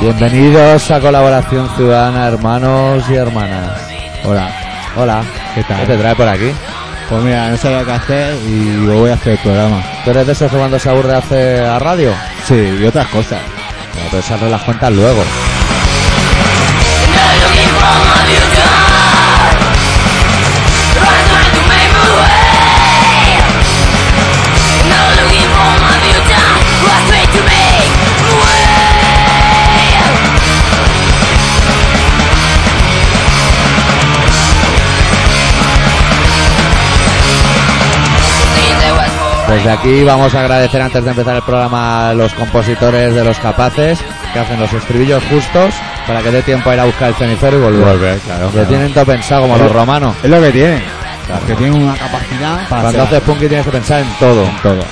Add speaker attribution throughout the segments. Speaker 1: Bienvenidos a Colaboración Ciudadana, hermanos y hermanas.
Speaker 2: Hola.
Speaker 1: Hola,
Speaker 2: ¿Qué
Speaker 1: ¿qué
Speaker 2: tal?
Speaker 1: te trae por aquí?
Speaker 2: Pues mira, no sabía qué hacer y digo, voy a hacer el programa.
Speaker 1: ¿Tú eres de esos que cuando se aburre hace a radio?
Speaker 2: Sí, y otras cosas.
Speaker 1: Bueno, pues hazle las cuentas luego. Desde aquí vamos a agradecer antes de empezar el programa a los compositores de Los Capaces que hacen los estribillos justos para que dé tiempo a ir a buscar el cenicero y volver.
Speaker 2: Volver, claro,
Speaker 1: Lo
Speaker 2: claro.
Speaker 1: tienen todo pensado como los romanos.
Speaker 2: Es lo que tiene. Que tiene una capacidad para
Speaker 1: Cuando haces punky tienes que pensar en todo.
Speaker 2: todo.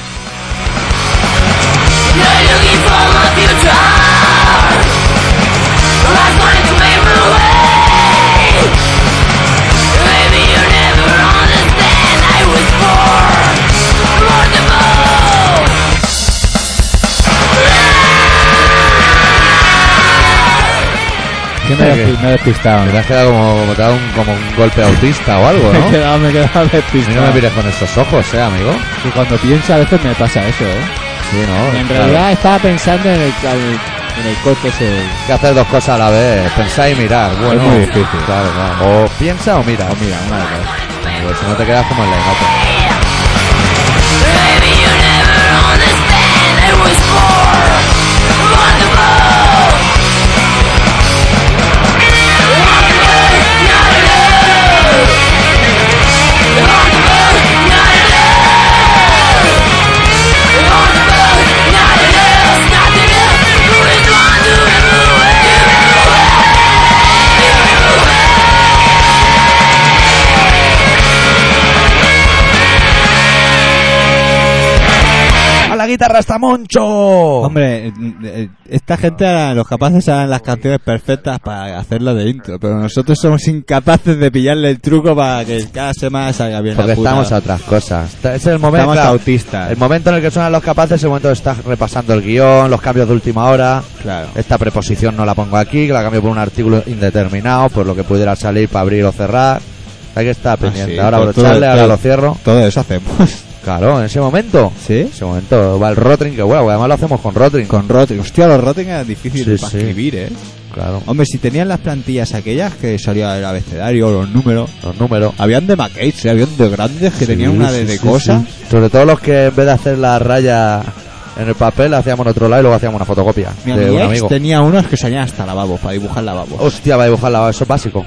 Speaker 1: ¿Qué
Speaker 2: Me, despi- me he despistado.
Speaker 1: Te has quedado como, como te ha dado un, como un golpe autista o algo,
Speaker 2: Me
Speaker 1: ¿no?
Speaker 2: he quedado, me he quedado
Speaker 1: A mí no me
Speaker 2: despistado.
Speaker 1: mires con estos ojos, ¿eh, amigo?
Speaker 2: y cuando pienso a veces me pasa eso, ¿eh?
Speaker 1: Sí, no.
Speaker 2: en
Speaker 1: claro.
Speaker 2: realidad estaba pensando en el, en el corte ese.
Speaker 1: Hay que hacer dos cosas a la vez. Pensar y mirar. Bueno,
Speaker 2: muy difícil.
Speaker 1: Claro, claro. O piensa o mira. O mira, una de dos. Pues si no te quedas como el legato. ¡A la guitarra está Moncho!
Speaker 2: Hombre, eh, eh, esta gente, ahora, los capaces, harán las canciones perfectas para hacerlo de intro, pero nosotros somos incapaces de pillarle el truco para que cada semana salga bien. la
Speaker 1: Porque
Speaker 2: puta.
Speaker 1: estamos a otras cosas. Esta- Es el momento.
Speaker 2: Estamos
Speaker 1: claro,
Speaker 2: autistas.
Speaker 1: El momento en el que suenan los capaces, el momento que estás repasando el guión, los cambios de última hora.
Speaker 2: Claro.
Speaker 1: Esta preposición no la pongo aquí, que la cambio por un artículo indeterminado, por lo que pudiera salir para abrir o cerrar. Hay que estar pendiente.
Speaker 2: sí,
Speaker 1: ahora
Speaker 2: pues
Speaker 1: abrocharle,
Speaker 2: todo-
Speaker 1: ahora
Speaker 2: todo-
Speaker 1: lo cierro.
Speaker 2: Todo eso hacemos.
Speaker 1: Claro, en ese momento.
Speaker 2: ¿Sí?
Speaker 1: En ese momento va el Rotring, que bueno, además lo hacemos con Rotring.
Speaker 2: Con Rotting. Hostia, los Rotting eran difíciles
Speaker 1: Sí,
Speaker 2: para
Speaker 1: sí.
Speaker 2: escribir, ¿eh?
Speaker 1: Claro,
Speaker 2: Hombre, si tenían las plantillas aquellas que salía el abecedario, los números.
Speaker 1: los números.
Speaker 2: Habían de maquettes, ¿eh? habían de grandes que tenían
Speaker 1: Sí,
Speaker 2: una
Speaker 1: sí,
Speaker 2: de, de
Speaker 1: sí,
Speaker 2: cosas.
Speaker 1: sí. Sobre todo los que en vez de hacer la raya en el papel, la hacíamos en otro lado y luego hacíamos una fotocopia
Speaker 2: Mi
Speaker 1: de un
Speaker 2: amiga
Speaker 1: amigo.
Speaker 2: tenía unos que salían hasta lavabos, para dibujar lavabos.
Speaker 1: Hostia, va a dibujarla, eso es básico.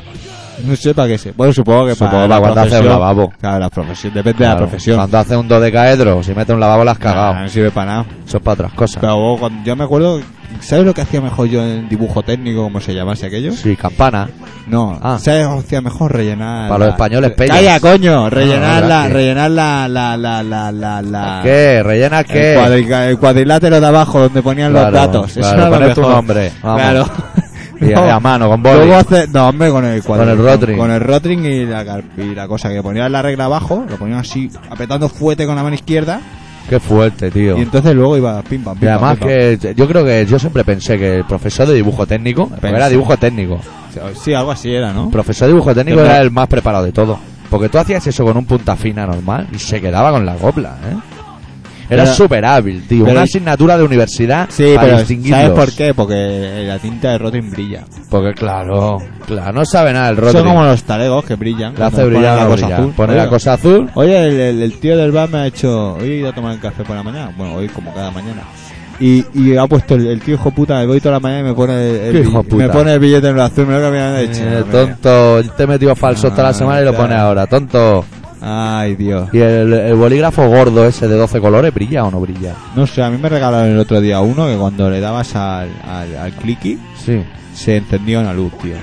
Speaker 2: No sé para qué sé. Bueno, supongo que
Speaker 1: Supongo
Speaker 2: para,
Speaker 1: para
Speaker 2: la
Speaker 1: cuando haces
Speaker 2: profesión.
Speaker 1: lavabo.
Speaker 2: Claro, la profesión. Depende de
Speaker 1: Claro.
Speaker 2: la profesión. Ah, eh.
Speaker 1: Cuando hace un dodecaedro, si mete un lavabo, la has cagado.
Speaker 2: Nah, no sirve para nada.
Speaker 1: Eso es para otras cosas.
Speaker 2: Pero luego cuando- yo me acuerdo... ¿Sabes lo que hacía mejor yo en dibujo técnico, como se llamase aquello?
Speaker 1: Sí, campana.
Speaker 2: No,
Speaker 1: Ah.
Speaker 2: ¿sabes lo que hacía mejor? Rellenar...
Speaker 1: Para los
Speaker 2: la-
Speaker 1: españoles, pellas.
Speaker 2: ¡Calla, coño! Rellenar
Speaker 1: no,
Speaker 2: la...
Speaker 1: gracias.
Speaker 2: Rellenar la... La... La... La... La... la-
Speaker 1: ¿Qué? ¿Rellena qué?
Speaker 2: Ah. El, cuadri- el cuadrilátero de abajo donde ponían
Speaker 1: Claro,
Speaker 2: los datos. Eso
Speaker 1: claro,
Speaker 2: era lo
Speaker 1: poner tu
Speaker 2: mejor.
Speaker 1: nombre, vamos.
Speaker 2: Claro.
Speaker 1: Y a,
Speaker 2: No.
Speaker 1: a mano, con boli.
Speaker 2: Luego hace, no, hombre, con el cuadro.
Speaker 1: Con el rotring.
Speaker 2: Con el rotring y la, car- y la cosa que ponían la regla abajo, lo ponían así, apretando fuerte con la mano izquierda,
Speaker 1: Qué fuerte, tío.
Speaker 2: y entonces luego iba pim pam,
Speaker 1: Y
Speaker 2: pim
Speaker 1: además
Speaker 2: pam, pim,
Speaker 1: que yo creo que yo siempre pensé que el profesor de dibujo técnico, porque era dibujo técnico,
Speaker 2: pam. Sí, algo así era, ¿no?
Speaker 1: el profesor de dibujo técnico
Speaker 2: Tendrá-
Speaker 1: era el más preparado de todo. Porque tú hacías eso con un punta fina normal y se quedaba con la copla, ¿eh? Era
Speaker 2: Pero-
Speaker 1: súper hábil, tío.
Speaker 2: pero-
Speaker 1: Una asignatura de universidad
Speaker 2: Sí,
Speaker 1: para
Speaker 2: pero
Speaker 1: distinguirlos.
Speaker 2: ¿sabes por qué? Porque la tinta de rotring brilla.
Speaker 1: Porque claro, claro, no sabe nada el
Speaker 2: Son
Speaker 1: Rodri.
Speaker 2: como los talegos que brillan.
Speaker 1: Le hace
Speaker 2: cuando ponen
Speaker 1: brillar
Speaker 2: la
Speaker 1: la
Speaker 2: cosa
Speaker 1: brilla.
Speaker 2: azul. Eh.
Speaker 1: Pone
Speaker 2: Oye,
Speaker 1: la cosa azul.
Speaker 2: Oye, el, el- el tío del bar me ha hecho. Hoy he ido a tomar el café por la mañana. Bueno, hoy como cada mañana. Y, y ha puesto el, el tío hijo puta, me voy toda la mañana y me pone el, el
Speaker 1: ¿Qué hijo
Speaker 2: bill-
Speaker 1: puta?
Speaker 2: me pone el billete en el azul, me lo cambian de hecho.
Speaker 1: Eh, tonto, te he metido falso toda la
Speaker 2: Ah,
Speaker 1: semana y lo
Speaker 2: claro.
Speaker 1: pone ahora, tonto.
Speaker 2: Ay, Dios.
Speaker 1: Y el, el bolígrafo gordo ese de 12 colores, ¿brilla o no brilla?
Speaker 2: No sé, a mí me regalaron el otro día uno que cuando le dabas al, al, al clicky
Speaker 1: Sí.
Speaker 2: se encendía una luz, tío.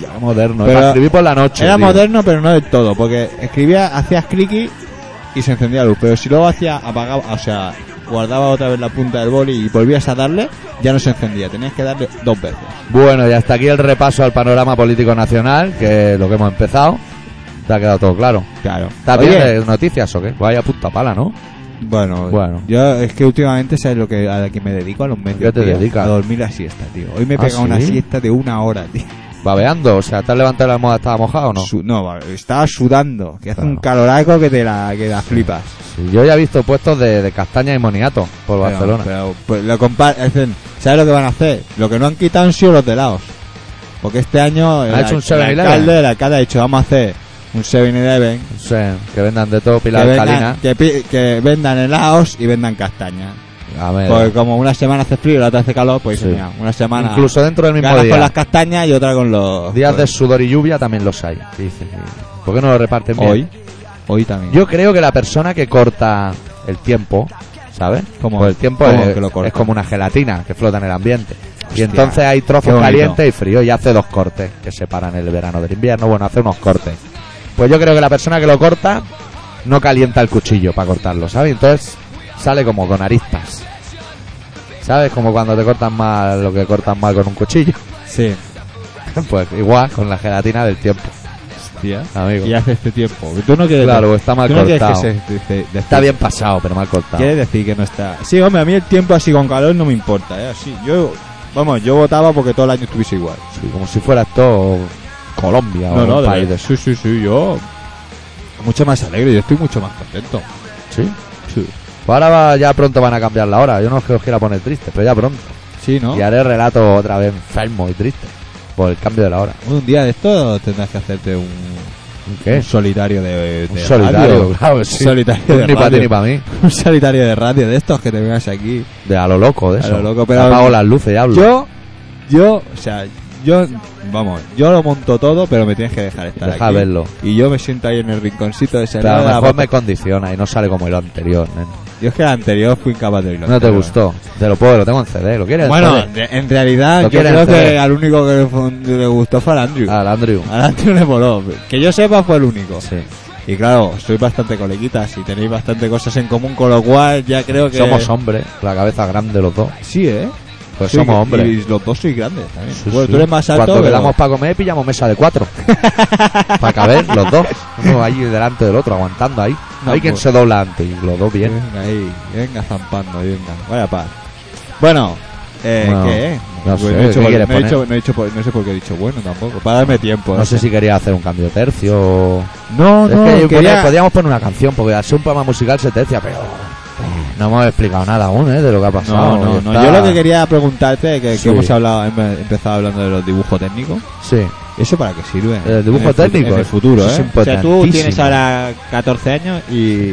Speaker 1: Era moderno. ¿eh?
Speaker 2: Pero-
Speaker 1: Para escribir por la noche.
Speaker 2: Era
Speaker 1: tío.
Speaker 2: moderno, pero no del todo, porque escribía, hacías clicky y se encendía la luz. Pero si luego hacía, apagaba, o sea, guardaba otra vez la punta del boli y volvías a darle, ya no se encendía. Tenías que darle dos veces.
Speaker 1: Bueno, y hasta aquí el repaso al panorama político nacional, que es lo que hemos empezado. Te ha quedado todo claro.
Speaker 2: Claro.
Speaker 1: ¿Estás bien
Speaker 2: Oye,
Speaker 1: de noticias o qué? Vaya puta pala, ¿no?
Speaker 2: Bueno,
Speaker 1: Bueno.
Speaker 2: yo es que últimamente sabes lo que a la que me dedico a los medios.
Speaker 1: te dedicas?
Speaker 2: A dormir la siesta, tío. Hoy me he
Speaker 1: ¿Ah,
Speaker 2: pegado una
Speaker 1: sí?
Speaker 2: siesta de una hora, tío.
Speaker 1: Babeando, o sea, te has levantado la almohada, estaba mojado o no.
Speaker 2: Su- no, va- estaba sudando, que hace
Speaker 1: Claro.
Speaker 2: un caloraco que te la, que la flipas.
Speaker 1: Sí, yo ya he visto puestos de, de castaña y moniato por
Speaker 2: Pero-
Speaker 1: Barcelona.
Speaker 2: Pero, pues, lo compar- dicen, ¿sabes lo que van a hacer? Lo que no han quitado han sido los de Laos. Porque este año el,
Speaker 1: ¿Ha hecho
Speaker 2: al-
Speaker 1: un 7-Eleven?
Speaker 2: el alcalde, el alcalde ha dicho, vamos a hacer un 7-Eleven.
Speaker 1: No sé, que vendan de todo
Speaker 2: Que,
Speaker 1: pilar alcalina.
Speaker 2: vendan- que, pi- que vendan helados y vendan castaña.
Speaker 1: A ver,
Speaker 2: Porque Pues como una semana hace frío y la otra hace calor, pues
Speaker 1: Sí.
Speaker 2: mira, una semana...
Speaker 1: incluso dentro del mismo
Speaker 2: Ganas con las
Speaker 1: día.
Speaker 2: castañas y otra con los... pues,
Speaker 1: Días de
Speaker 2: con-
Speaker 1: sudor y lluvia también los hay. Dice. ¿Por qué no lo reparten bien?
Speaker 2: Hoy. Hoy también.
Speaker 1: Yo creo que la persona que corta el tiempo, ¿sabes?
Speaker 2: ¿Cómo?
Speaker 1: Pues el tiempo
Speaker 2: ¿Cómo
Speaker 1: es,
Speaker 2: que lo corta?
Speaker 1: es como una gelatina que flota en el ambiente. y
Speaker 2: Hostia,
Speaker 1: entonces hay
Speaker 2: qué
Speaker 1: trozos
Speaker 2: bonito.
Speaker 1: calientes y fríos y hace dos cortes que separan el verano del invierno. Bueno, hace unos cortes. Pues yo creo que la persona que lo corta no calienta el cuchillo para cortarlo, ¿sabes? Entonces sale como con aristas. ¿Sabes? Como cuando te cortan mal lo que cortan mal con un cuchillo.
Speaker 2: Sí.
Speaker 1: Pues igual con la gelatina del tiempo,
Speaker 2: Hostia.
Speaker 1: amigo.
Speaker 2: Y hace este tiempo. Tú no quieres...
Speaker 1: Claro, está mal
Speaker 2: tú no quieres que
Speaker 1: cortado.
Speaker 2: se- de- de- de-
Speaker 1: Está bien pasado, pero mal cortado.
Speaker 2: Quiere decir que no está. Sí, hombre, a mí el tiempo así con calor no me importa, ¿eh? Así, yo. Vamos, yo votaba porque todo el año estuviese igual.
Speaker 1: Sí, como si fuera esto Colombia o
Speaker 2: no, no,
Speaker 1: un
Speaker 2: de
Speaker 1: país
Speaker 2: verdad.
Speaker 1: de
Speaker 2: Sí, sí, sí, yo. Mucho más alegre, yo estoy mucho más contento.
Speaker 1: Sí.
Speaker 2: Sí.
Speaker 1: Pues ahora va- ya pronto van a cambiar la hora. Yo no es que os quiera poner triste, pero ya pronto.
Speaker 2: Sí, ¿no?
Speaker 1: Y haré relato otra vez enfermo y triste por el cambio de la hora.
Speaker 2: Un día de esto tendrás que hacerte un. un solitario de. de
Speaker 1: Un solitario,
Speaker 2: radio.
Speaker 1: claro,
Speaker 2: Un
Speaker 1: sí.
Speaker 2: solitario de
Speaker 1: ni para ti ni
Speaker 2: radio.
Speaker 1: para mí.
Speaker 2: Un solitario de radio de estos que te veas aquí.
Speaker 1: De a lo loco, de
Speaker 2: A
Speaker 1: eso.
Speaker 2: lo loco, pero-
Speaker 1: Apago las luces y hablo.
Speaker 2: Yo. Yo, o sea, yo. Vamos, yo lo monto todo, pero me tienes que dejar estar
Speaker 1: Deja
Speaker 2: aquí.
Speaker 1: verlo.
Speaker 2: Y yo me siento ahí en el rinconcito de ese
Speaker 1: Pero a
Speaker 2: lado
Speaker 1: lo
Speaker 2: de la
Speaker 1: mejor me condiciona y no sale como el anterior. nen.
Speaker 2: Yo es que la anterior fui incapaz de oírlo.
Speaker 1: No te
Speaker 2: Pero-
Speaker 1: gustó. Te lo puedo, lo tengo en CD. ¿Lo quieres? en
Speaker 2: Bueno,
Speaker 1: CD?
Speaker 2: de- en realidad,
Speaker 1: Lo
Speaker 2: yo
Speaker 1: quieren
Speaker 2: creo
Speaker 1: hacer.
Speaker 2: que al único que le, fu- le gustó fue al Andrew.
Speaker 1: al Andrew.
Speaker 2: Al Andrew le voló. Que yo sepa, fue el único.
Speaker 1: Sí.
Speaker 2: Y claro, sois bastante coleguitas y tenéis bastante cosas en común, con lo cual ya creo que.
Speaker 1: Somos hombres, la cabeza grande los dos.
Speaker 2: Sí, ¿eh?
Speaker 1: Pues
Speaker 2: Sí,
Speaker 1: somos
Speaker 2: y-
Speaker 1: hombres.
Speaker 2: Y los dos sois grandes también.
Speaker 1: Sí,
Speaker 2: bueno,
Speaker 1: sí.
Speaker 2: tú eres más alto.
Speaker 1: Cuando
Speaker 2: pero-
Speaker 1: quedamos para comer, pillamos mesa de cuatro. para caber los dos. Uno ahí delante del otro, aguantando ahí.
Speaker 2: No,
Speaker 1: Hay quien
Speaker 2: pues-
Speaker 1: se dobla antes y los dos bien.
Speaker 2: Venga ahí, venga zampando, venga. Vaya par. Bueno, eh,
Speaker 1: Bueno,
Speaker 2: ¿qué?
Speaker 1: no
Speaker 2: Pues
Speaker 1: sé,
Speaker 2: he dicho
Speaker 1: ¿qué
Speaker 2: por-
Speaker 1: quieres
Speaker 2: no he
Speaker 1: poner?
Speaker 2: dicho- no he dicho por- no sé por qué he dicho bueno tampoco. Para darme tiempo. ¿eh?
Speaker 1: No sé si quería hacer un cambio de tercio. o-
Speaker 2: Pues No,
Speaker 1: Es
Speaker 2: no,
Speaker 1: que
Speaker 2: quería-
Speaker 1: podía- podíamos poner una canción, porque al ser un programa musical se tercia, pero. No hemos explicado nada aún, ¿eh? De lo que ha pasado.
Speaker 2: No, no,
Speaker 1: Y
Speaker 2: no.
Speaker 1: está-
Speaker 2: Yo lo que quería preguntarte, que, que
Speaker 1: Sí.
Speaker 2: hemos hablado, hemos empezado hablando de los dibujos técnicos,
Speaker 1: Sí.
Speaker 2: ¿eso para qué sirve?
Speaker 1: Eh, El dibujo
Speaker 2: En el fu-
Speaker 1: técnico,
Speaker 2: En el
Speaker 1: eso
Speaker 2: futuro,
Speaker 1: es
Speaker 2: ¿eh? O sea, tú
Speaker 1: importantísimo.
Speaker 2: tienes ahora 14 años y.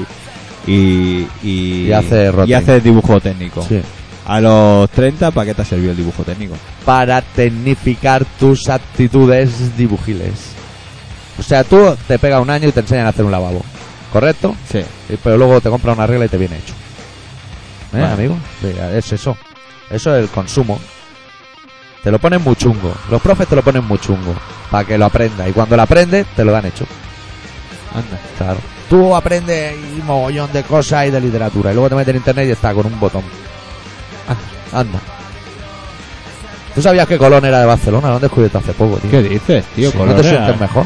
Speaker 2: Y, y,
Speaker 1: Y haces rotting.
Speaker 2: y haces dibujo técnico.
Speaker 1: sí.
Speaker 2: A los 30, ¿para qué te ha servido el dibujo técnico?
Speaker 1: para tecnificar tus actitudes dibujiles. O sea, tú te pega un año y te enseñan a hacer un lavabo, ¿correcto?
Speaker 2: Sí.
Speaker 1: Y- Eh, Pero luego te compra una regla y te viene hecho. ¿Eh,
Speaker 2: Vale.
Speaker 1: amigo? Sí, Es eso. Eso es el consumo. Te lo ponen muy chungo. Los profes te lo ponen muy chungo. Para que lo aprenda. Y cuando lo aprendes, te lo dan hecho.
Speaker 2: Anda.
Speaker 1: Claro. Tú aprendes y mogollón de cosas y de literatura. Y luego te metes en internet y está con un botón. Anda. Anda. ¿Tú sabías que Colón era de Barcelona? Lo han descubierto hace poco, tío.
Speaker 2: ¿Qué dices, tío?
Speaker 1: Sí,
Speaker 2: Colón
Speaker 1: ¿No te
Speaker 2: era-
Speaker 1: sientes mejor?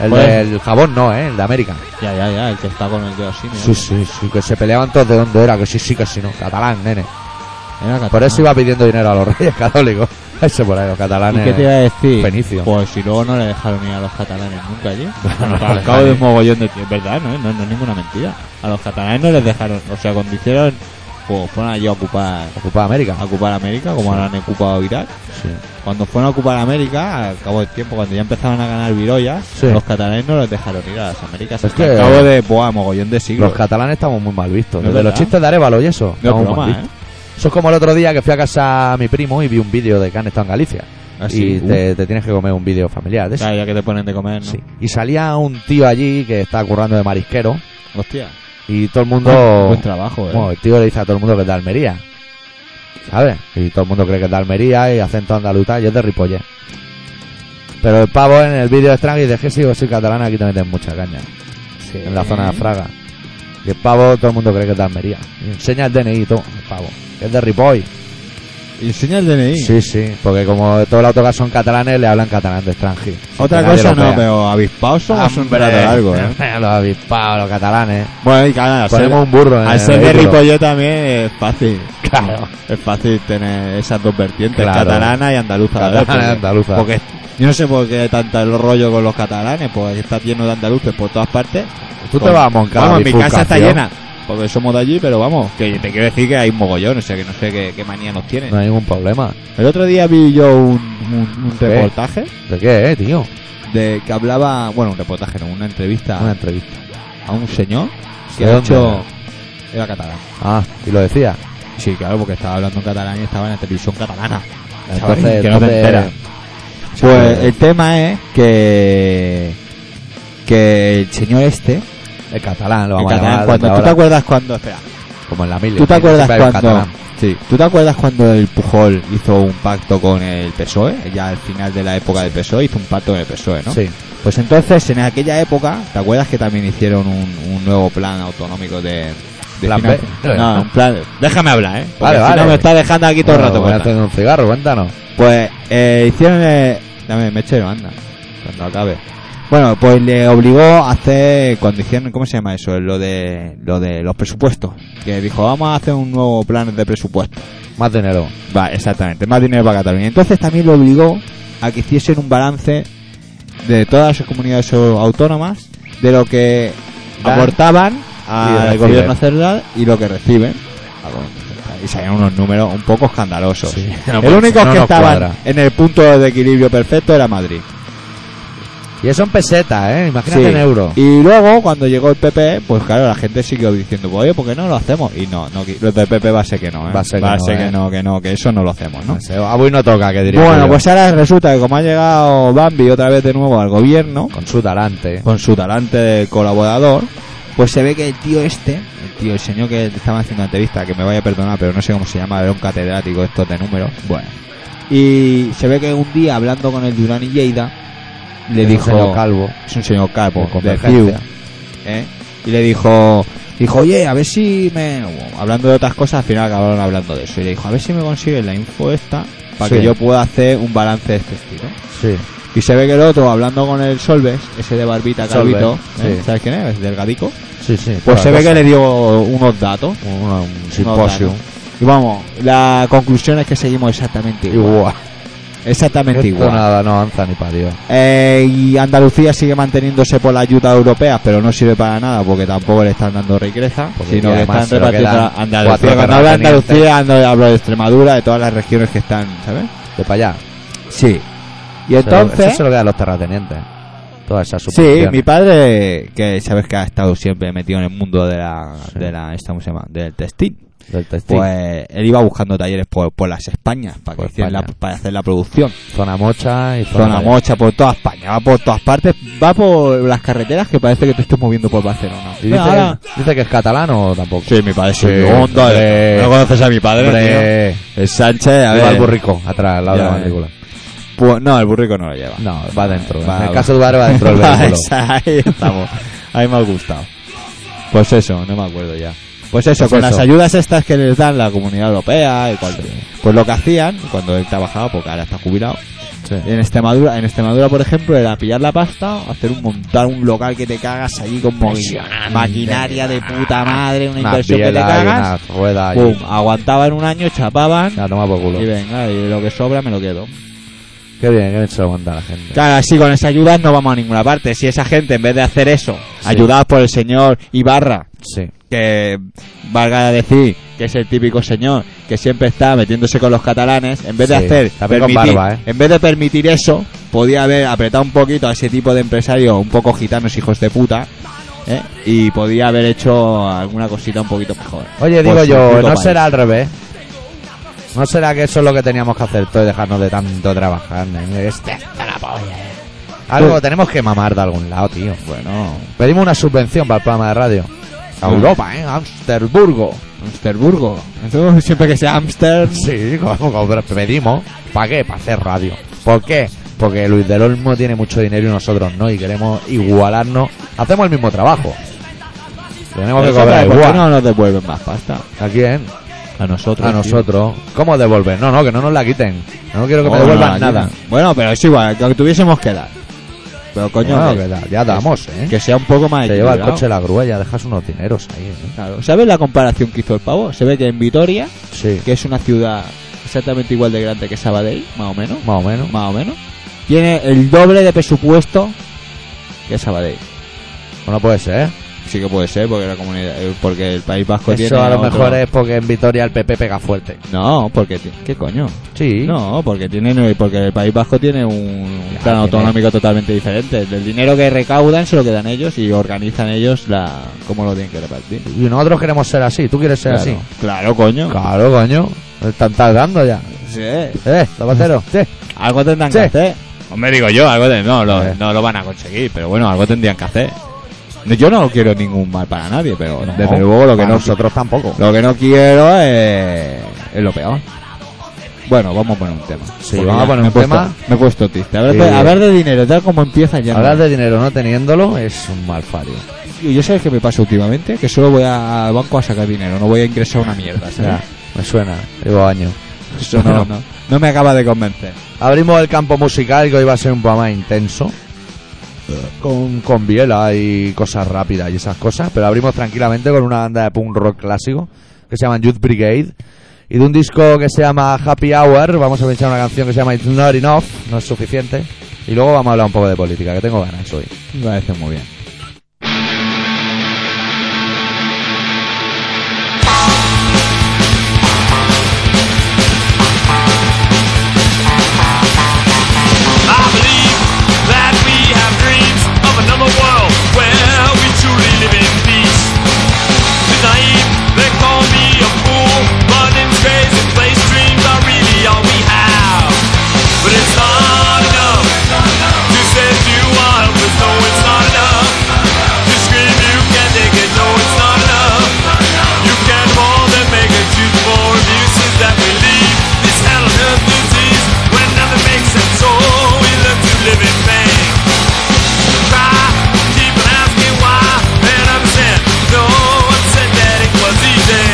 Speaker 1: El
Speaker 2: Bueno.
Speaker 1: del jabón no, ¿eh? El de América.
Speaker 2: Ya, ya, ya, el que está con el dedo así. mira.
Speaker 1: Sí, sí, sí. Que se peleaban todos de dónde era. Que sí, sí, que sí, no. Catalán, nene.
Speaker 2: Era catalán.
Speaker 1: Por eso iba pidiendo dinero a los reyes católicos. Eso por ahí, los
Speaker 2: ¿Y
Speaker 1: catalanes.
Speaker 2: qué te iba a decir?
Speaker 1: Fenicio.
Speaker 2: Pues si luego no le dejaron ir a los catalanes nunca allí.
Speaker 1: no
Speaker 2: Al
Speaker 1: les
Speaker 2: cabo de
Speaker 1: dejaron
Speaker 2: un mogollón de tiempo, ¿verdad? No, no, no es ninguna mentira. A los catalanes no les dejaron, o sea, cuando hicieron, pues fueron allí a ocupar,
Speaker 1: Ocupa América.
Speaker 2: a ocupar América, como
Speaker 1: Sí.
Speaker 2: ahora han ocupado Irak.
Speaker 1: Sí.
Speaker 2: Cuando fueron a ocupar América, al cabo del tiempo, cuando ya empezaron a ganar virollas,
Speaker 1: Sí.
Speaker 2: los catalanes no les dejaron ir a las Américas.
Speaker 1: Es
Speaker 2: hasta
Speaker 1: que-
Speaker 2: al cabo de, buah, mogollón de siglos.
Speaker 1: Los catalanes estamos muy mal vistos.
Speaker 2: No es
Speaker 1: Desde los
Speaker 2: verdad.
Speaker 1: chistes de Arevalo y eso.
Speaker 2: no
Speaker 1: estamos
Speaker 2: es
Speaker 1: mal
Speaker 2: broma,
Speaker 1: vistos.
Speaker 2: ¿eh?
Speaker 1: Eso es como el otro día que fui a casa a mi primo y vi un vídeo de que han estado en Galicia.
Speaker 2: Así,
Speaker 1: y
Speaker 2: uh,
Speaker 1: te, te tienes que comer un vídeo familiar de eso.
Speaker 2: claro, ya que te ponen de comer, ¿no?
Speaker 1: Sí. Y salía un tío allí que estaba currando de marisquero
Speaker 2: Hostia.
Speaker 1: y todo el mundo...
Speaker 2: Buen, buen trabajo, ¿eh?
Speaker 1: Bueno, el tío le dice a todo el mundo que es de Almería. ¿Sabes? Y todo el mundo cree que es de Almería y acento andaluta y es de Ripollet. Pero el pavo en el vídeo extraño y de que si soy catalán aquí te meten mucha caña.
Speaker 2: Sí.
Speaker 1: En la zona de Fraga. Y el pavo todo el mundo cree que es de Almería. Y enseña el DNI y todo, el pavo. Que es de Ripoll.
Speaker 2: Y enseña el DNI.
Speaker 1: Sí, sí, porque como todos los autocars son catalanes, le hablan catalán de extranjero.
Speaker 2: Otra
Speaker 1: Que nadie
Speaker 2: cosa
Speaker 1: lo
Speaker 2: no,
Speaker 1: vea.
Speaker 2: pero avispaos somos un
Speaker 1: Hombre,
Speaker 2: rato largo, ¿eh?
Speaker 1: Los avispados, los catalanes.
Speaker 2: Bueno, y claro, al ser,
Speaker 1: Ponemos un burro en
Speaker 2: al
Speaker 1: el
Speaker 2: ser de
Speaker 1: vehículo.
Speaker 2: Ripolló también es fácil.
Speaker 1: Claro.
Speaker 2: Es fácil tener esas dos vertientes,
Speaker 1: Claro.
Speaker 2: catalana y andaluza. a la vez,
Speaker 1: Catalana y andaluza.
Speaker 2: Porque yo no sé por qué tanto el rollo con los catalanes, porque está lleno de andaluces por todas partes.
Speaker 1: Tú te
Speaker 2: Con-
Speaker 1: vas a moncar.
Speaker 2: Vamos, mi casa está
Speaker 1: bifurcación.
Speaker 2: llena. Porque somos de allí, pero vamos, que te quiero decir que hay un mogollón, o sea que no sé qué, qué manía nos tienen.
Speaker 1: No hay ningún problema.
Speaker 2: El otro día vi yo un, un- un
Speaker 1: ¿Qué?
Speaker 2: reportaje
Speaker 1: ¿De qué, eh, tío?
Speaker 2: de que hablaba, bueno, un reportaje, no, una entrevista
Speaker 1: Una entrevista.
Speaker 2: a un señor que
Speaker 1: ¿De
Speaker 2: ha
Speaker 1: dónde
Speaker 2: hecho... Era catalán.
Speaker 1: Ah, y lo decía.
Speaker 2: Sí, claro, porque estaba hablando en catalán y estaba en la televisión catalana. ¿sabes?
Speaker 1: Entonces,
Speaker 2: que no te
Speaker 1: entonces-
Speaker 2: enteras. Pues el tema es que que el señor este,
Speaker 1: El catalán, lo
Speaker 2: el
Speaker 1: vamos a
Speaker 2: catalán,
Speaker 1: llamar
Speaker 2: cuando
Speaker 1: desde
Speaker 2: tú te
Speaker 1: ahora,
Speaker 2: acuerdas cuando, espera,
Speaker 1: Como en la mil.
Speaker 2: ¿Tú te
Speaker 1: siempre
Speaker 2: acuerdas
Speaker 1: hay un
Speaker 2: cuando,
Speaker 1: catalán.
Speaker 2: sí, ¿Tú te acuerdas cuando el Pujol hizo un pacto con el PSOE? E? Ya al final de la época del PSOE E hizo un pacto con el PSOE, ¿no?
Speaker 1: Sí.
Speaker 2: Pues entonces, en aquella época, ¿te acuerdas que también hicieron un, un nuevo plan autonómico de... de
Speaker 1: Plan
Speaker 2: finanzas?
Speaker 1: B.
Speaker 2: No, un plan... Déjame hablar, ¿eh? Porque
Speaker 1: Vale,
Speaker 2: si
Speaker 1: vale.
Speaker 2: no me está dejando aquí todo el rato.
Speaker 1: Voy a
Speaker 2: cortar.
Speaker 1: hacer un cigarro, cuéntanos.
Speaker 2: Pues eh, hicieron... eh, dame, me echo anda. Cuando acabe. Bueno, pues le obligó a hacer... Cuando hicieron... ¿Cómo se llama eso? Lo de, lo de los presupuestos. Que dijo, vamos a hacer un nuevo plan de presupuesto.
Speaker 1: Más dinero.
Speaker 2: Va, exactamente, más dinero para Cataluña. Entonces también lo obligó a que hiciesen un balance de todas las comunidades autónomas, de lo que
Speaker 1: Dan
Speaker 2: aportaban
Speaker 1: y
Speaker 2: al
Speaker 1: reciben.
Speaker 2: gobierno central y lo que reciben. al gobierno central. Y salían unos números un poco escandalosos.
Speaker 1: Sí. No
Speaker 2: el
Speaker 1: puede
Speaker 2: único
Speaker 1: ser, no
Speaker 2: que
Speaker 1: nos
Speaker 2: estaba
Speaker 1: cuadra.
Speaker 2: en el punto de equilibrio perfecto era Madrid.
Speaker 1: Y eso en pesetas, ¿eh? Imagínate
Speaker 2: Sí.
Speaker 1: en euros.
Speaker 2: Y luego, cuando llegó el PP, pues claro, la gente siguió diciendo, pues, oye, ¿por qué no lo hacemos? Y no, no qui- los del PP va a ser que no, ¿eh?
Speaker 1: Va a ser que no,
Speaker 2: que
Speaker 1: ¿eh?
Speaker 2: no, que no, que eso no lo hacemos, ¿no?
Speaker 1: Ah, voy no toca, que diría
Speaker 2: Bueno,
Speaker 1: yo.
Speaker 2: pues ahora resulta que como ha llegado Bambi otra vez de nuevo al gobierno,
Speaker 1: Con su talante.
Speaker 2: con su talante de colaborador, pues se ve que el tío este, el tío, el señor que estaba haciendo la entrevista, que me vaya a perdonar, pero no sé cómo se llama, era un catedrático estos de números, bueno. Y se ve que un día hablando con el Durán y Lleida, le
Speaker 1: Es un
Speaker 2: dijo...
Speaker 1: señor calvo.
Speaker 2: Es un señor calvo,
Speaker 1: De
Speaker 2: de
Speaker 1: Convergencia.
Speaker 2: Ciu, ¿eh? Y le dijo, dijo, oye, a ver si me... Hablando de otras cosas, al final acabaron hablando de eso. Y le dijo, a ver si me consigues la info esta para
Speaker 1: Sí.
Speaker 2: que yo pueda hacer un balance de este estilo.
Speaker 1: Sí.
Speaker 2: Y se ve que el otro, hablando con el Solves, ese de barbita
Speaker 1: Solves,
Speaker 2: calvito, ¿eh?
Speaker 1: sí.
Speaker 2: ¿sabes quién es? Delgadico.
Speaker 1: Sí, sí.
Speaker 2: Pues
Speaker 1: toda
Speaker 2: se
Speaker 1: la
Speaker 2: ve
Speaker 1: cosa.
Speaker 2: que le dio unos datos.
Speaker 1: Un, un
Speaker 2: unos
Speaker 1: simposio.
Speaker 2: datos. Y vamos, la conclusión es que seguimos exactamente igual.
Speaker 1: Igual.
Speaker 2: Exactamente
Speaker 1: Esto
Speaker 2: igual.
Speaker 1: nada, no avanza ni para Dios.
Speaker 2: Eh, y Andalucía sigue manteniéndose por la ayuda europea, pero no sirve para nada porque tampoco le están dando riqueza,
Speaker 1: Porque
Speaker 2: sino
Speaker 1: y
Speaker 2: que
Speaker 1: además
Speaker 2: están
Speaker 1: se lo
Speaker 2: repartiendo
Speaker 1: quedan
Speaker 2: a Andalucía.
Speaker 1: cuatro
Speaker 2: Cuando hablo de
Speaker 1: terratenientes.
Speaker 2: Andalucía, ando- hablo de Extremadura, de todas las regiones que están, ¿sabes?
Speaker 1: De para allá.
Speaker 2: Sí. Y
Speaker 1: Se lo-
Speaker 2: entonces,
Speaker 1: Eso se lo queda a los terratenientes. Todas esas
Speaker 2: sí,
Speaker 1: suposiciones.
Speaker 2: mi padre, que sabes que ha estado siempre metido en el mundo de la,
Speaker 1: Sí.
Speaker 2: de la esta, ¿cómo se llama? Del textil.
Speaker 1: Del textil.
Speaker 2: Pues él iba buscando talleres por, por las Españas para, que
Speaker 1: Por
Speaker 2: hicieran la-
Speaker 1: España.
Speaker 2: para hacer la producción.
Speaker 1: Zona mocha y
Speaker 2: Zona
Speaker 1: de-
Speaker 2: mocha por toda España, va por todas partes, va por las carreteras que parece que te estás moviendo por Barcelona.
Speaker 1: ¿Y dice, dice que es catalano o tampoco?
Speaker 2: Sí, mi padre es
Speaker 1: Sí,
Speaker 2: un hondo,
Speaker 1: hombre.
Speaker 2: eh. ¿No conoces a mi padre,
Speaker 1: Hombre,
Speaker 2: tío? El Sánchez, a
Speaker 1: lleva el
Speaker 2: ver.
Speaker 1: burrico atrás, al lado de
Speaker 2: Ya,
Speaker 1: la
Speaker 2: eh.
Speaker 1: mandíbula.
Speaker 2: Pues, no, el burrico no lo lleva.
Speaker 1: No, va dentro.
Speaker 2: Va,
Speaker 1: en el
Speaker 2: va.
Speaker 1: caso de tu padre va dentro del vehículo.
Speaker 2: Ahí estamos. Ahí me ha gustado. Pues eso, no me acuerdo ya. Pues eso,
Speaker 1: Pues
Speaker 2: con
Speaker 1: eso.
Speaker 2: las ayudas estas que les dan la Comunidad Europea y cual- Pues lo que hacían cuando él trabajaba, porque ahora está jubilado,
Speaker 1: Sí.
Speaker 2: En Extremadura, en Extremadura, por ejemplo, era pillar la pasta, hacer un montar un local que te cagas allí con mo-
Speaker 1: Impresionante.
Speaker 2: Pues maquinaria de puta madre, una,
Speaker 1: Una
Speaker 2: inversión que te
Speaker 1: biela y
Speaker 2: cagas.
Speaker 1: Una rueda y...
Speaker 2: Pum, aguantaban un año, chapaban
Speaker 1: La toma por culo.
Speaker 2: y venga, y lo que sobra me lo quedo.
Speaker 1: Qué bien, qué bien se lo aguanta la gente.
Speaker 2: Claro, así con esas ayudas no vamos a ninguna parte. Si esa gente, en vez de hacer eso,
Speaker 1: Sí.
Speaker 2: ayudados por el señor Ibarra,
Speaker 1: Sí.
Speaker 2: que valga decir que es el típico señor que siempre está metiéndose con los catalanes, en vez de
Speaker 1: Sí,
Speaker 2: hacer
Speaker 1: también con barba, ¿eh?
Speaker 2: en vez de permitir eso, podía haber apretado un poquito a ese tipo de empresarios un poco gitanos hijos de puta. ¿eh? Y podía haber hecho alguna cosita un poquito mejor.
Speaker 1: Oye,
Speaker 2: Por
Speaker 1: digo
Speaker 2: su
Speaker 1: yo,
Speaker 2: Pues puto
Speaker 1: ¿no
Speaker 2: país.
Speaker 1: será al revés? ¿No será que eso es lo que teníamos que hacer todos, dejarnos de tanto trabajar? nene? Este está la polla, eh. Algo
Speaker 2: Pues-
Speaker 1: tenemos que mamar de algún lado, tío.
Speaker 2: Bueno,
Speaker 1: Pedimos una subvención para el programa de radio. A
Speaker 2: Ah.
Speaker 1: Europa, ¿eh? A Austerburgo.
Speaker 2: Amsterburgo. Eso Siempre que sea Amster.
Speaker 1: Sí, como, como- pero pedimos. ¿Para qué? Para hacer radio. ¿Por qué? Porque Luis del Olmo tiene mucho dinero y nosotros no, y queremos igualarnos. Hacemos el mismo trabajo. Tenemos que
Speaker 2: Pero
Speaker 1: cobrar
Speaker 2: ¿por qué
Speaker 1: igual.
Speaker 2: no nos devuelven más pasta?
Speaker 1: ¿A quién?
Speaker 2: A nosotros.
Speaker 1: a
Speaker 2: tío.
Speaker 1: nosotros. ¿Cómo devolver? No, no, que no nos la quiten. No quiero que me
Speaker 2: No,
Speaker 1: devuelvan
Speaker 2: no,
Speaker 1: nada.
Speaker 2: aquí- Bueno, pero es igual, que tuviésemos que dar. Pero coño,
Speaker 1: No,
Speaker 2: que,
Speaker 1: que da- ya damos, ¿eh?
Speaker 2: que sea un poco más
Speaker 1: Te lleva el
Speaker 2: equilibrado.
Speaker 1: coche la grúa y ya dejas unos dineros ahí, ¿eh?
Speaker 2: Claro. ¿Sabes la comparación que hizo el pavo? Se ve que en Vitoria,
Speaker 1: Sí,
Speaker 2: que es una ciudad exactamente igual de grande que Sabadell, más o menos,
Speaker 1: más o menos.
Speaker 2: más o menos, tiene el doble de presupuesto que Sabadell.
Speaker 1: Pues No puede ser.
Speaker 2: Sí que puede ser, porque la comunidad, eh, porque el País Vasco tiene
Speaker 1: Eso a lo
Speaker 2: otro-
Speaker 1: mejor es porque en Vitoria el PP pega fuerte.
Speaker 2: No, porque ti- ¿qué coño?
Speaker 1: Sí.
Speaker 2: No, porque tiene porque el País Vasco tiene un, un
Speaker 1: Ya,
Speaker 2: plan
Speaker 1: tiene-
Speaker 2: autonómico totalmente diferente. El dinero que recaudan se lo quedan ellos y organizan ellos la cómo lo tienen que repartir.
Speaker 1: Y nosotros queremos ser así. ¿Tú quieres ser
Speaker 2: claro.
Speaker 1: así?
Speaker 2: Claro, coño.
Speaker 1: Claro, coño. Están tardando ya.
Speaker 2: Sí.
Speaker 1: Eh, zapatero. Sí.
Speaker 2: Algo tendrán que
Speaker 1: Sí.
Speaker 2: hacer. Hombre, digo yo, algo de- no, lo-
Speaker 1: Eh.
Speaker 2: no lo van a conseguir, pero bueno, algo tendrían que hacer. No, Yo no quiero ningún mal para nadie, pero desde luego lo que
Speaker 1: A
Speaker 2: no
Speaker 1: nosotros tampoco.
Speaker 2: lo que no quiero es, es lo peor. Bueno, vamos a poner un tema.
Speaker 1: Sí,
Speaker 2: Porque
Speaker 1: vamos a
Speaker 2: ya
Speaker 1: poner
Speaker 2: me
Speaker 1: un
Speaker 2: he puesto-
Speaker 1: tema.
Speaker 2: Me he puesto triste. Hablar,
Speaker 1: Sí.
Speaker 2: de, hablar de dinero, tal como empieza ya. no.
Speaker 1: Hablar de dinero no teniéndolo es un mal fallo.
Speaker 2: Yo- Yo sabes qué me pasa últimamente, que solo voy a- al banco a sacar dinero, no voy a ingresar una mierda. ¿sabes?
Speaker 1: ¿Eh? me suena. Llevo años.
Speaker 2: Eso no, no, no me acaba de convencer.
Speaker 1: Abrimos el campo musical que hoy va a ser un poco más intenso. Con, con biela y cosas rápidas y esas cosas, pero abrimos tranquilamente con una banda de punk rock clásico que se llama Youth Brigade. Y de un disco que se llama Happy Hour, vamos a pinchar una canción que se llama It's Not Enough, no es suficiente. Y luego vamos a hablar un poco de política, que tengo ganas hoy.
Speaker 2: Me parece muy bien.
Speaker 3: I believe that we have dreams of another world where we truly live in peace. The naive, they call me a fool, but in crazy place dreams are really all we have. But it's not enough to send you out, but no, it's not enough. To scream you can take it, no, it's not enough. You can't hold and make a truth for abuses that we leave. This hell and earth disease when nothing makes sense, so we learn to live in pain. Try, keep on asking why, and I'm sad. No one said that it was easy.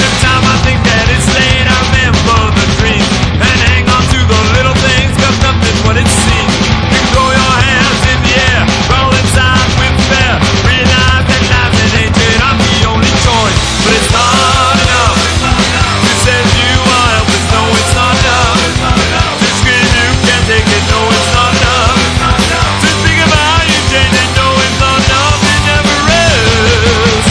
Speaker 3: The time I think that it's late, I remember the dream and hang on to the little things 'cause nothing's what it seems. You throw your hands in the air, roll inside with fear. Realize that life and hatred are the only choice, but it's not enough. You said you are helpless, no, it's not enough. To scream you can't take it, no, it's not enough. To think about you changing, no, it's not enough. It never is.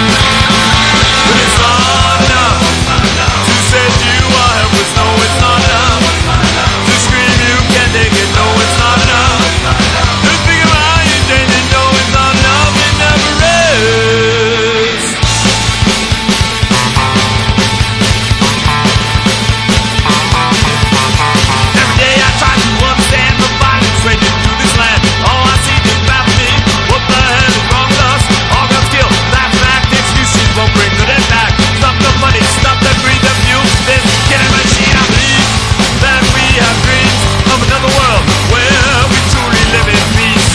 Speaker 3: But it's not enough to set you are helpless. No, it's not enough to scream you can't take it. No, it's not enough to think about you changing. No, it's not enough. It never is. Every day I try to understand the violence raging through this land. All I see is baffling. What the hell is wrong with us? All guns kill. That's fact. Excuses won't bring the dead back. Stop the money. Stop the greed. The fuel. This killing machine. I believe that we have dreams of another world where we truly live in peace.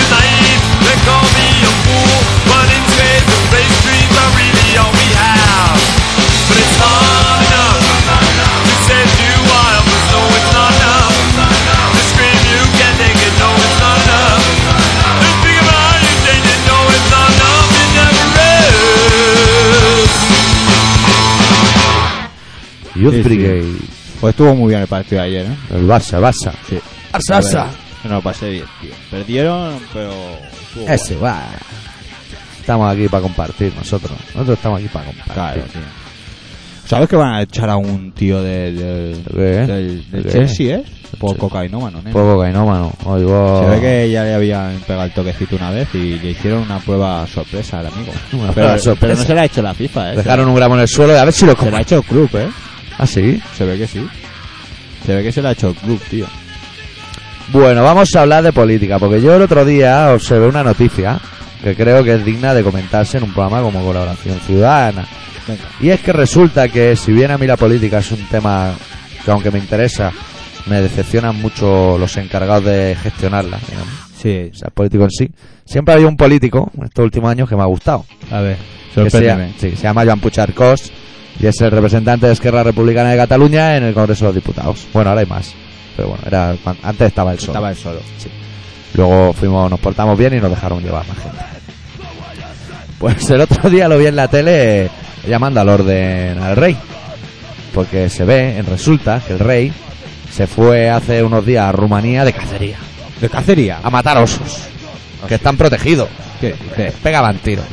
Speaker 3: It's naive. They call me a fool, but in space the space dreams are really all we have. But it's not enough. You said you are helpless, no it's not enough To scream you can't take it, no it's not enough To think about you changing, no it's not enough, it never is
Speaker 1: Youth
Speaker 2: Sí, sí.
Speaker 1: Brigade,
Speaker 2: Pues estuvo muy bien el partido de ayer, ¿eh?
Speaker 1: el Barça, Barça.
Speaker 2: Sí.
Speaker 1: Barça, Barça.
Speaker 2: No lo pasé bien, tío. Perdieron, pero. estuvo guay.
Speaker 1: Ese va. Estamos aquí para compartir nosotros. Nosotros estamos aquí para compartir.
Speaker 2: Claro, tío. ¿Sabes que van a echar a un tío del. del,
Speaker 1: ¿De qué?
Speaker 2: del-
Speaker 1: ¿De
Speaker 2: del
Speaker 1: qué?
Speaker 2: Chelsea, eh? Por
Speaker 1: Sí.
Speaker 2: cocainómano, ¿eh?
Speaker 1: Poco cainómano. Oigo.
Speaker 2: Se ve que ya le habían pegado el toquecito una vez y le hicieron una prueba sorpresa al amigo.
Speaker 1: Una
Speaker 2: pero,
Speaker 1: prueba sorpresa.
Speaker 2: pero no se la ha hecho la FIFA, ¿eh?
Speaker 1: Dejaron un gramo en el suelo y a ver si lo
Speaker 2: Se la ha
Speaker 1: comen.
Speaker 2: hecho el club, ¿eh?
Speaker 1: Ah, sí.
Speaker 2: Se ve que sí. Se ve que se la ha hecho el club, tío.
Speaker 1: Bueno, vamos a hablar de política, porque yo el otro día observé una noticia que creo que es digna de comentarse en un programa como Colaboración Ciudadana.
Speaker 2: Venga.
Speaker 1: Y es que resulta que si bien a mí la política es un tema que aunque me interesa, me decepcionan mucho los encargados de gestionarla, digamos,
Speaker 2: Sí,
Speaker 1: o sea, el político en sí, siempre había un político en estos últimos años que me ha gustado.
Speaker 2: a ver.
Speaker 1: que se,
Speaker 2: Sorpréndeme.
Speaker 1: llama- sí, se llama Joan Puigcercós y es el representante de Esquerra Republicana de Cataluña en el Congreso de los Diputados. Bueno, ahora hay más. Pero bueno, era cuan- antes estaba el sol.
Speaker 2: Estaba el solo.
Speaker 1: Luego fuimos, nos portamos bien y nos dejaron llevar más gente. Pues el otro día lo vi en la tele llamando al orden al rey. Porque se ve, en resulta, que el rey se fue hace unos días a Rumanía de cacería.
Speaker 2: ¿De cacería?
Speaker 1: A matar osos. Que están protegidos.
Speaker 2: ¿Qué dices?
Speaker 1: Pegaban tiros.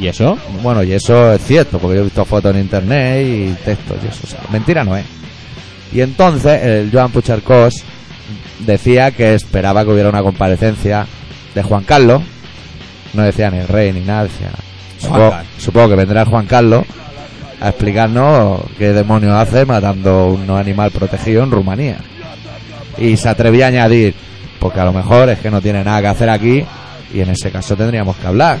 Speaker 2: ¿Y eso?
Speaker 1: Bueno, y eso es cierto, porque yo he visto fotos en internet y textos y eso. o sea, mentira no es. Y entonces el Joan Pucharcos decía que esperaba que hubiera una comparecencia de Juan Carlos. No decía ni el rey ni nada. decía nada.
Speaker 2: Juan
Speaker 1: Supongo,
Speaker 2: Carlos.
Speaker 1: supongo que vendrá el Juan Carlos a explicarnos qué demonios hace matando un animal protegido en Rumanía. Y se atrevía a añadir, porque a lo mejor es que no tiene nada que hacer aquí y en ese caso tendríamos que hablar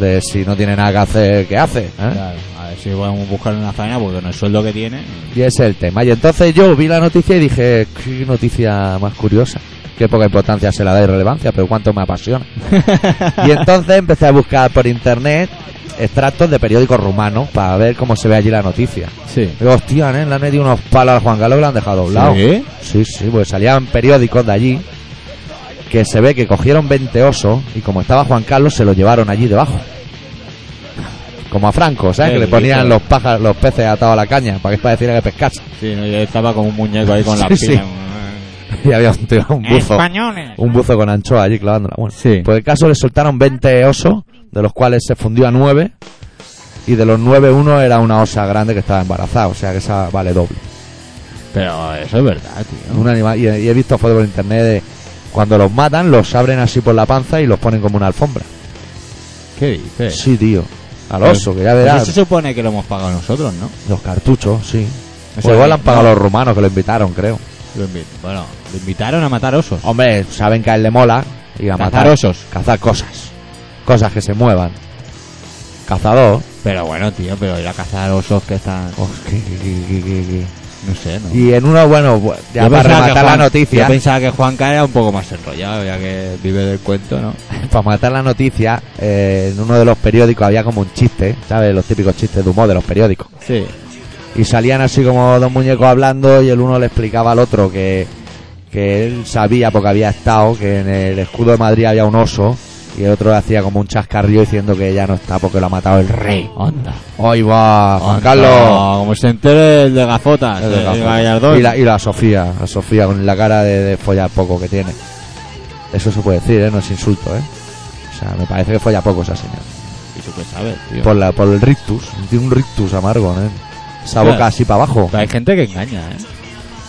Speaker 1: de si no tiene nada que hacer, ¿qué hace? eh?
Speaker 2: Claro, a ver si podemos buscar una faena porque con el sueldo que tiene.
Speaker 1: Y ese es el tema. Y entonces yo vi la noticia y dije, qué noticia más curiosa. Qué poca importancia se la da y relevancia, pero cuánto me apasiona. Y entonces empecé a buscar por internet extractos de periódicos rumanos para ver cómo se ve allí la noticia.
Speaker 2: sí.
Speaker 1: Digo, hostia, ¿eh? le han metido unos palos al Juan Galo y lo han dejado doblado.
Speaker 2: ¿Sí?
Speaker 1: Sí, sí, pues salían periódicos de allí que se ve que cogieron 20 osos y como estaba Juan Carlos se lo llevaron allí debajo. Como a Franco, ¿sabes?
Speaker 2: Qué
Speaker 1: Que le ponían
Speaker 2: bonito.
Speaker 1: los pájaros, los peces atados a la caña para que pareciera que pescase.
Speaker 2: Sí, no, yo estaba como un muñeco ahí con la
Speaker 1: Sí, sí.
Speaker 2: pila. Eh,
Speaker 1: Y había un, tío, un buzo,
Speaker 2: Españoles.
Speaker 1: un buzo con anchoa allí clavándola. Bueno,
Speaker 2: Sí.
Speaker 1: Por el caso le soltaron 20 osos, de los cuales se fundió a 9 y de los 9 uno era una osa grande que estaba embarazada, o sea que esa vale doble.
Speaker 2: Pero eso es verdad, tío.
Speaker 1: Un animal, y, y he visto fotos por internet de cuando los matan, los abren así por la panza y los ponen como una alfombra.
Speaker 2: ¿Qué dices?
Speaker 1: Sí, Pues, tío. Al
Speaker 2: Pero-
Speaker 1: oso, que ya
Speaker 2: Pero
Speaker 1: verás.
Speaker 2: Pues eso se supone que lo hemos pagado nosotros, ¿no?
Speaker 1: Los cartuchos, sí.
Speaker 2: O
Speaker 1: O
Speaker 2: sea,
Speaker 1: igual
Speaker 2: que-
Speaker 1: han pagado
Speaker 2: no.
Speaker 1: los rumanos que lo invitaron, creo.
Speaker 2: Lo invi- Bueno, lo invitaron a matar osos.
Speaker 1: Hombre, saben que a él le mola y a
Speaker 2: Cazar
Speaker 1: matar
Speaker 2: osos.
Speaker 1: Cazar cosas. Cosas que se muevan. Cazador.
Speaker 2: Pero bueno, tío, pero ir a cazar osos que están.
Speaker 1: Oh, qué- qué- qué- qué- qué- qué.
Speaker 2: No sé, ¿no?
Speaker 1: Y en uno, bueno, bu- ya
Speaker 2: Yo
Speaker 1: para
Speaker 2: pensaba que
Speaker 1: rematar la
Speaker 2: Juan-
Speaker 1: noticia,
Speaker 2: Yo pensaba que Juanca era un poco más enrollado, ya que vive del cuento, ¿no?
Speaker 1: para matar la noticia, eh, en uno de los periódicos había como un chiste, ¿sabes? Los típicos chistes de humor de los periódicos.
Speaker 2: Sí.
Speaker 1: Y salían así como dos muñecos hablando y el uno le explicaba al otro que, que él sabía porque había estado, que en el escudo de Madrid había un oso y el otro le hacía como un chascarrillo diciendo que ya no está porque lo ha matado el rey.
Speaker 2: Onda.
Speaker 1: ¡Hoy va, Juan
Speaker 2: Onda,
Speaker 1: Carlos!
Speaker 2: Como se entere el de gafotas,
Speaker 1: El de
Speaker 2: el
Speaker 1: Gafotas.
Speaker 2: Gallardón.
Speaker 1: Y la, y la Sofía, la Sofía con la cara de, de follar poco que tiene. Eso se puede decir, ¿eh? no es insulto, ¿eh? O sea, me parece que folla poco esa señora.
Speaker 2: Eso que sabes, tío.
Speaker 1: Por, la, por el rictus, tiene un rictus amargo, ¿eh? Esa
Speaker 2: Claro.
Speaker 1: boca así para abajo.
Speaker 2: Pero hay gente que engaña, ¿eh?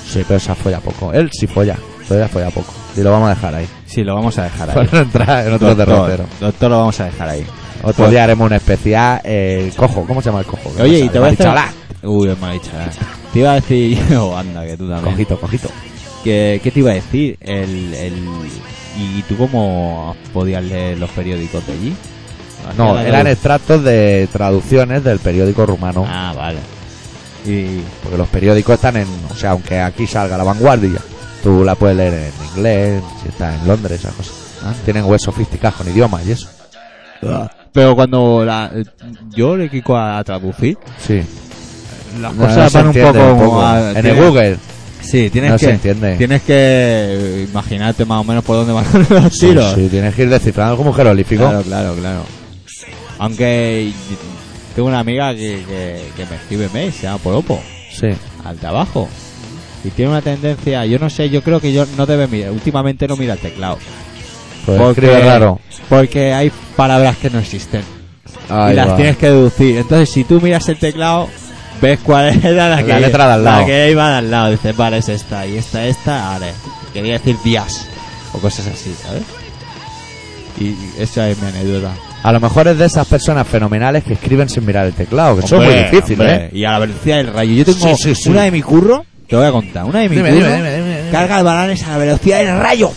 Speaker 1: Sí, pero esa folla poco. Él sí folla, pero ella folla poco. Y lo vamos a dejar ahí.
Speaker 2: Sí, lo vamos a dejar ahí.
Speaker 1: Para no entrar en otro derrotero.
Speaker 2: doctor, lo vamos a dejar ahí. Pues-
Speaker 1: Otro día haremos un especial, eh, el cojo. ¿Cómo se llama el cojo? Que
Speaker 2: Oye,
Speaker 1: no
Speaker 2: y te
Speaker 1: sale,
Speaker 2: voy a hacer...
Speaker 1: marichalá.
Speaker 2: Uy, el marichalá. Te iba a decir... Oh, anda, que tú también.
Speaker 1: Cojito, cojito.
Speaker 2: ¿Qué, qué te iba a decir? El, el... ¿Y tú cómo podías leer los periódicos de allí?
Speaker 1: No,
Speaker 2: Hacía la
Speaker 1: eran
Speaker 2: tradu-
Speaker 1: extractos de traducciones del periódico rumano.
Speaker 2: Ah, vale. Y...
Speaker 1: Porque los periódicos están en. O sea, aunque aquí salga la vanguardia, tú la puedes leer en inglés, si estás en Londres, esas cosas. Tienen webs sofisticados con idiomas y eso.
Speaker 2: Ah. Pero cuando la... Yo le quico a, a traducir...
Speaker 1: Sí.
Speaker 2: Las
Speaker 1: No, no
Speaker 2: cosas
Speaker 1: se
Speaker 2: van un
Speaker 1: entiende
Speaker 2: poco...
Speaker 1: un poco.
Speaker 2: a-
Speaker 1: en el
Speaker 2: tienen-
Speaker 1: Google.
Speaker 2: Sí, tienes
Speaker 1: No
Speaker 2: que...
Speaker 1: se entiende.
Speaker 2: Tienes que imaginarte más o menos por dónde van los tiros.
Speaker 1: Sí, sí, tienes que ir descifrando como jeroglífico.
Speaker 2: Claro, claro, claro. Aunque y- tengo una amiga que, que, que me escribe mail, se llama Polopo,
Speaker 1: Sí.
Speaker 2: al trabajo. Y tiene una tendencia, yo no sé, yo creo que yo no debe mirar, últimamente no mira el teclado.
Speaker 1: Pues escribe raro.
Speaker 2: Porque hay palabras que no existen.
Speaker 1: Ahí
Speaker 2: y las
Speaker 1: va.
Speaker 2: tienes que deducir. Entonces, si tú miras el teclado, ves cuál era la,
Speaker 1: La
Speaker 2: que,
Speaker 1: letra de al lado.
Speaker 2: La que iba de al lado. Dices, vale, es esta, y esta, esta, vale. Quería decir días. O cosas así, ¿sabes? Y y esa es mi anécdota.
Speaker 1: A lo mejor es de esas personas fenomenales que escriben sin mirar el teclado, que eso es muy
Speaker 2: Hombre,
Speaker 1: difícil,
Speaker 2: hombre.
Speaker 1: ¿eh?
Speaker 2: Y a la velocidad del rayo. Yo tengo
Speaker 1: Sí, sí, sí.
Speaker 2: una de mi curro, te voy a contar. Una de mi
Speaker 1: Dime,
Speaker 2: curro
Speaker 1: dime, dime, dime, dime.
Speaker 2: carga el bananes a la velocidad del rayo.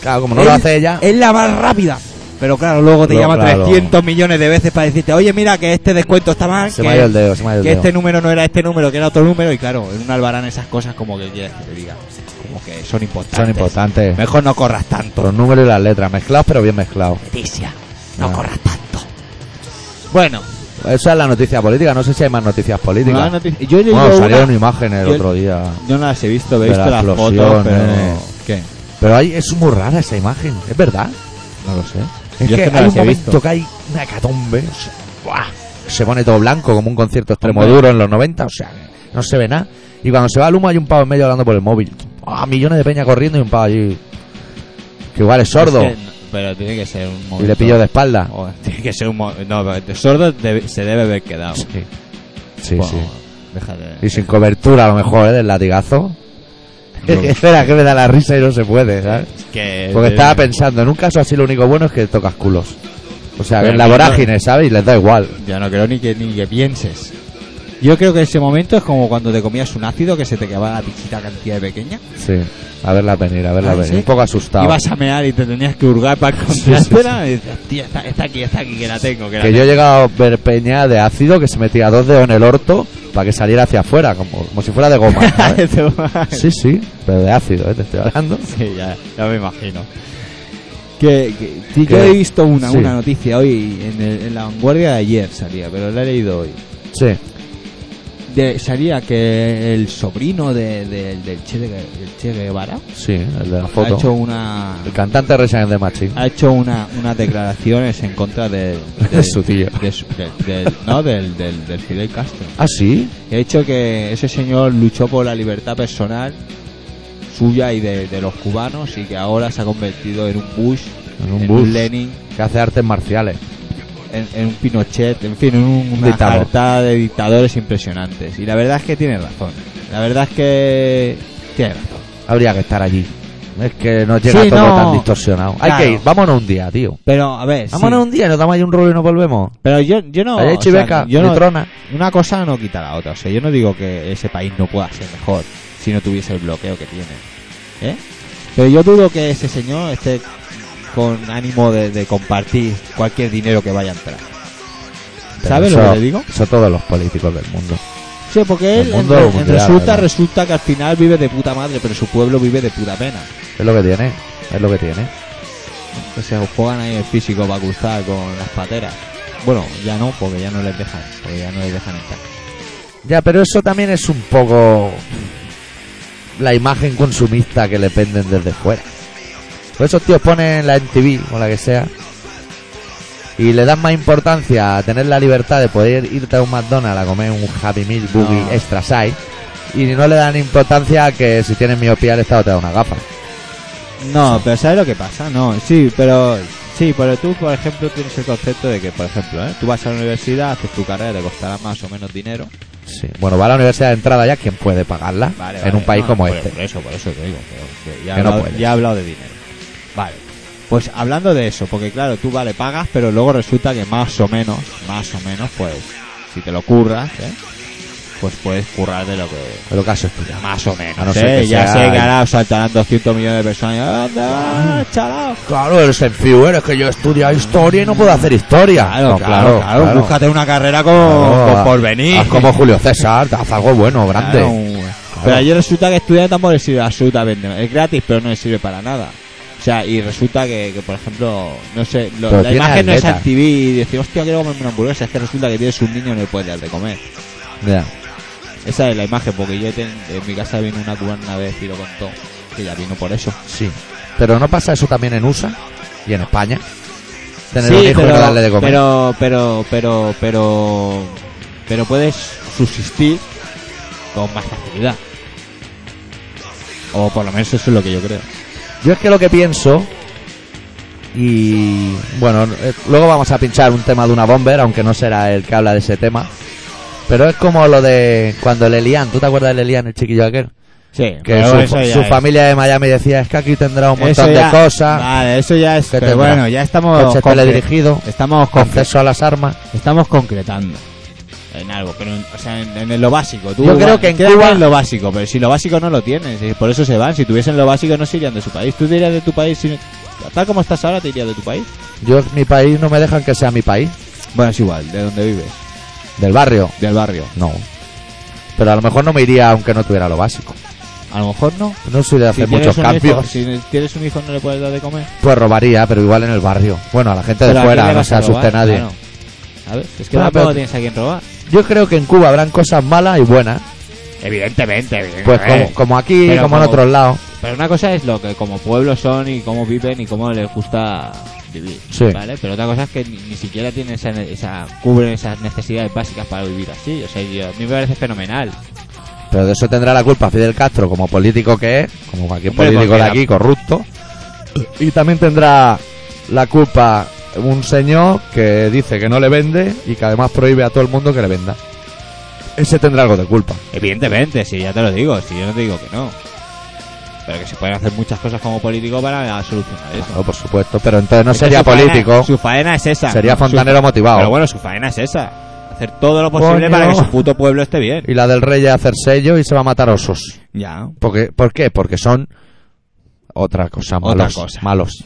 Speaker 1: Claro, como no lo
Speaker 2: Es-
Speaker 1: hace ella.
Speaker 2: Es la más rápida. Pero claro, luego te
Speaker 1: Lo-
Speaker 2: llama
Speaker 1: claro.
Speaker 2: 300 millones de veces para decirte, oye, mira que este descuento está mal,
Speaker 1: Se
Speaker 2: que,
Speaker 1: me ha ido el dedo, se me ha ido el
Speaker 2: que
Speaker 1: dedo.
Speaker 2: este número no era este número, que era otro número. Y claro, en un albarán esas cosas como que quieres que te diga. Como que son importantes.
Speaker 1: Son importantes.
Speaker 2: Mejor no corras tanto.
Speaker 1: Los números y las letras mezclados, pero bien mezclados.
Speaker 2: Leticia, no
Speaker 1: Ah.
Speaker 2: corras tanto. Bueno,
Speaker 1: Esa es la noticia política. No sé si hay más noticias políticas.
Speaker 2: una noticia- yo he leído
Speaker 1: Bueno, salieron
Speaker 2: una-
Speaker 1: imágenes el
Speaker 2: yo-
Speaker 1: otro día.
Speaker 2: Yo no las he visto, he
Speaker 1: de
Speaker 2: visto
Speaker 1: la
Speaker 2: las
Speaker 1: explosión, eh.
Speaker 2: fotos, pero...
Speaker 1: ¿no?
Speaker 2: ¿Qué?
Speaker 1: Pero hay, es muy rara esa imagen, es verdad.
Speaker 2: No lo sé.
Speaker 1: Es
Speaker 2: Yo
Speaker 1: que,
Speaker 2: es que no
Speaker 1: hay
Speaker 2: las
Speaker 1: un
Speaker 2: he
Speaker 1: momento
Speaker 2: visto.
Speaker 1: que hay una hecatombe. o sea, ¡buah! Se pone todo blanco como un concierto extremo duro en los 90, o sea, que no se ve nada. Y cuando se va el humo hay un pavo en medio hablando por el móvil. ¡Ah, millones de peña corriendo y un pavo allí. Que igual es sordo.
Speaker 2: Es que no- pero tiene que ser un
Speaker 1: y
Speaker 2: momento-
Speaker 1: le pillo de espalda.
Speaker 2: Oh, tiene que ser un mo- No, pero de sordo debe- se debe haber quedado. Pues,
Speaker 1: Sí, sí.
Speaker 2: Bueno,
Speaker 1: sí.
Speaker 2: Déjate.
Speaker 1: Y sin cobertura a lo mejor, ¿eh? Del latigazo. Espera, que me da la risa y no se puede, ¿sabes?
Speaker 2: Es que-
Speaker 1: Porque estaba pensando, en un caso así lo único bueno es que tocas culos. O sea, que
Speaker 2: Pero
Speaker 1: en la
Speaker 2: que no-
Speaker 1: vorágine, ¿sabes? Y les da igual.
Speaker 2: Yo no creo ni que, ni que pienses. Yo creo que ese momento es como cuando te comías un ácido que se te quedaba la pichita cantidad de pequeña.
Speaker 1: Sí, a verla venir, a verla
Speaker 2: Ah,
Speaker 1: venir.
Speaker 2: ¿sí?
Speaker 1: Un poco asustado.
Speaker 2: Ibas a mear y te tenías que hurgar para
Speaker 1: sí,
Speaker 2: encontrártela. Y dices, "Hostia, está, está aquí, está aquí, que la tengo. Que la
Speaker 1: Que yo he llegado a ver peña de ácido que se metía dos dedos en el orto para que saliera hacia afuera, como, como si fuera de goma.
Speaker 2: tengo".
Speaker 1: ¿sabes?
Speaker 2: Eso va.
Speaker 1: sí, sí, pero de ácido, ¿eh? te estoy hablando.
Speaker 2: Sí, ya, ya me imagino. Que, que- sí,
Speaker 1: Que-
Speaker 2: yo he visto una,
Speaker 1: sí.
Speaker 2: una noticia hoy en, el- en la vanguardia de ayer salía, pero la he leído hoy.
Speaker 1: Sí,
Speaker 2: De- salía que el sobrino de, de- del che, Gue- del Che Guevara
Speaker 1: sí, el de la
Speaker 2: ha hecho
Speaker 1: foto.
Speaker 2: una
Speaker 1: El cantante Resident de Machín.
Speaker 2: ha hecho una, unas declaraciones en contra de,
Speaker 1: De su tío.
Speaker 2: de su- de- del- no del, del, del Fidel Castro.
Speaker 1: Ah, sí,
Speaker 2: He dicho que ese señor luchó por la libertad personal suya y de, de los cubanos y que ahora se ha convertido en un Bush,
Speaker 1: En un Bush.
Speaker 2: Lenin,
Speaker 1: que hace artes marciales.
Speaker 2: en, en un Pinochet, en fin, en un- una
Speaker 1: Dictador.
Speaker 2: jarta de dictadores impresionantes. Y la verdad es que tiene razón. La verdad es que tiene razón.
Speaker 1: Habría que estar allí. Es que nos llega
Speaker 2: Sí,
Speaker 1: todo
Speaker 2: no.
Speaker 1: tan distorsionado. Hay
Speaker 2: Claro.
Speaker 1: que ir, vámonos un día, tío.
Speaker 2: Pero a ver, sí.
Speaker 1: Vámonos un día, nos damos ahí un rollo y nos volvemos.
Speaker 2: pero yo, yo no,
Speaker 1: Allá
Speaker 2: o sea,
Speaker 1: Chiveca,
Speaker 2: yo no
Speaker 1: Neutrona.
Speaker 2: una cosa no quita la otra. O sea, yo no digo que ese país no pueda ser mejor si no tuviese el bloqueo que tiene. ¿Eh? Pero yo dudo que ese señor esté con ánimo de, de compartir cualquier dinero que vaya a entrar.
Speaker 1: Pero
Speaker 2: ¿Sabes lo
Speaker 1: eso-
Speaker 2: que te digo?
Speaker 1: Eso todos los políticos del mundo.
Speaker 2: Sí, porque
Speaker 1: El
Speaker 2: él en
Speaker 1: mundo
Speaker 2: re- en
Speaker 1: mundial,
Speaker 2: resulta,
Speaker 1: ¿verdad?
Speaker 2: resulta que al final vive de puta madre, pero su pueblo vive de puta pena.
Speaker 1: Es lo que tiene, es lo que tiene.
Speaker 2: O sea, juegan ahí el físico para cruzar con las pateras. Bueno, ya no, porque ya no les dejan, porque ya no les dejan entrar.
Speaker 1: Ya, pero eso también es un poco la imagen consumista que le penden desde fuera. Por esos tíos ponen la MTV o la que sea y le dan más importancia a tener la libertad de poder irte a un McDonald's a comer un Happy Meal Boogie
Speaker 2: No.
Speaker 1: Extra Size y no le dan importancia a que si tienes miopía el Estado te da una gafa.
Speaker 2: No, pero ¿sabes lo que pasa? No, sí, pero sí, pero tú, por ejemplo, tienes el concepto de que, por ejemplo, ¿eh? tú vas a la universidad, haces tu carrera, te costará más o menos dinero.
Speaker 1: Sí. Bueno, va a la universidad de entrada ya quien puede pagarla
Speaker 2: Vale,
Speaker 1: en
Speaker 2: vale,
Speaker 1: un país
Speaker 2: no,
Speaker 1: como
Speaker 2: por-
Speaker 1: este.
Speaker 2: Por eso, por eso te digo. pero que ya, he
Speaker 1: Que no
Speaker 2: hablado,
Speaker 1: puedes.
Speaker 2: ya he hablado de dinero. Vale. Pues hablando de eso, porque claro, tú vale, pagas, pero luego resulta que más o menos, más o menos, pues, si te lo curras, ¿eh? pues puedes currar de lo que
Speaker 1: Es lo que has estudiado.
Speaker 2: Más o menos.
Speaker 1: A no
Speaker 2: ¿eh?
Speaker 1: ser que
Speaker 2: ya
Speaker 1: sea-
Speaker 2: sé que ahora saltarán 200 millones de personas. y, ¡Anda, chalao!
Speaker 1: Claro, el sencillo es que yo he estudiado historia y no puedo hacer historia.
Speaker 2: Claro,
Speaker 1: No,
Speaker 2: claro, claro, Búscate una carrera con,
Speaker 1: Claro,
Speaker 2: con
Speaker 1: haz-
Speaker 2: porvenir.
Speaker 1: haz como Julio César, haz algo bueno,
Speaker 2: Claro.
Speaker 1: grande.
Speaker 2: Pero ayer resulta que estudiar tampoco le sirve absolutamente. Es gratis, pero no le sirve para nada. O sea, y resulta que, que, por ejemplo, no sé, lo-
Speaker 1: Pero
Speaker 2: la
Speaker 1: tiene
Speaker 2: imagen no es
Speaker 1: atletas.
Speaker 2: activí y decir, hostia, quiero comerme una hamburguesa. Es que resulta que tienes un niño y no le puedes dar de comer.
Speaker 1: Ya.
Speaker 2: Esa es la imagen, porque yo ten- en mi casa vino una cubana una vez y lo contó. Que ya vino por eso.
Speaker 1: Sí. Pero no pasa eso también en USA y en España. Tener
Speaker 2: Sí,
Speaker 1: un hijo y no darle de comer.
Speaker 2: Pero, pero, pero, pero, pero puedes subsistir con más facilidad. O por lo menos eso es lo que yo creo.
Speaker 1: Yo es que lo que pienso. Y bueno, eh, luego vamos a pinchar un tema de una bomber, aunque no será el que habla de ese tema. Pero es como lo de cuando el Elian, ¿tú te acuerdas del Elian, el chiquillo aquel?
Speaker 2: Sí,
Speaker 1: Que su, su familia de Miami decía, es que aquí tendrá un montón de cosas.
Speaker 2: Vale, eso ya es.
Speaker 1: que
Speaker 2: Pero
Speaker 1: tendrá
Speaker 2: bueno, ya estamos.
Speaker 1: coche
Speaker 2: concre-
Speaker 1: teledirigido,
Speaker 2: Estamos,
Speaker 1: con
Speaker 2: concre-
Speaker 1: acceso a las armas.
Speaker 2: estamos concretando en algo, pero en, o sea, en, en lo básico. Tú,
Speaker 1: Yo creo
Speaker 2: bueno,
Speaker 1: que en
Speaker 2: quédate
Speaker 1: Cuba-
Speaker 2: lo básico, pero si lo básico no lo tienes, y por eso se van. Si tuviesen lo básico, no se irían de su país. Tú te irías de tu país si, Tal como estás ahora, te irías de tu país.
Speaker 1: Yo, mi país, no me dejan que sea mi país.
Speaker 2: Bueno, es igual, de donde vives,
Speaker 1: Del barrio,
Speaker 2: del barrio.
Speaker 1: no. Pero a lo mejor no me iría aunque no tuviera lo básico.
Speaker 2: A lo mejor no.
Speaker 1: No soy de hacer muchos
Speaker 2: un hijo,
Speaker 1: cambios.
Speaker 2: si tienes un hijo, no le puedes dar de comer.
Speaker 1: Pues robaría, pero igual en el barrio. Bueno, a la gente
Speaker 2: Pero ¿a
Speaker 1: de
Speaker 2: quién
Speaker 1: fuera,
Speaker 2: le
Speaker 1: no
Speaker 2: vas
Speaker 1: se
Speaker 2: a
Speaker 1: asuste
Speaker 2: robar?
Speaker 1: nadie.
Speaker 2: Claro. A ver, es que
Speaker 1: Ah,
Speaker 2: tampoco
Speaker 1: pero-
Speaker 2: tienes a quien robar.
Speaker 1: Yo creo que en Cuba habrán cosas malas y buenas.
Speaker 2: Evidentemente,
Speaker 1: Pues como, como aquí,
Speaker 2: Pero
Speaker 1: como en
Speaker 2: como-
Speaker 1: otros lados.
Speaker 2: Pero una cosa es lo que como pueblos son y cómo viven y cómo les gusta vivir,
Speaker 1: Sí.
Speaker 2: ¿vale? Pero otra cosa es que ni, ni siquiera tienen esa, ne- esa cubren esas necesidades básicas para vivir así. O sea, yo- a mí me parece fenomenal.
Speaker 1: Pero de eso tendrá la culpa Fidel Castro, como político que es, como cualquier
Speaker 2: Hombre,
Speaker 1: político de
Speaker 2: porque la-
Speaker 1: aquí, corrupto. Y también tendrá la culpa un señor que dice que no le vende y que además prohíbe a todo el mundo que le venda. Ese tendrá algo de culpa.
Speaker 2: Evidentemente, si ya te lo digo, si yo no te digo que no. Pero que se pueden hacer muchas cosas como político para solucionar eso.
Speaker 1: Claro, por supuesto, pero entonces no
Speaker 2: Es que
Speaker 1: sería
Speaker 2: su
Speaker 1: político,
Speaker 2: faena- su faena es esa.
Speaker 1: sería
Speaker 2: ¿no? Su-
Speaker 1: fontanero motivado.
Speaker 2: Pero bueno, su faena es esa. Hacer todo lo posible
Speaker 1: Coño.
Speaker 2: para que su puto pueblo esté bien.
Speaker 1: Y la del rey es hacer sello y se va a matar osos.
Speaker 2: Ya.
Speaker 1: Porque, ¿Por qué? Porque son otra cosa,
Speaker 2: Otra
Speaker 1: malos.
Speaker 2: cosa.
Speaker 1: Malos.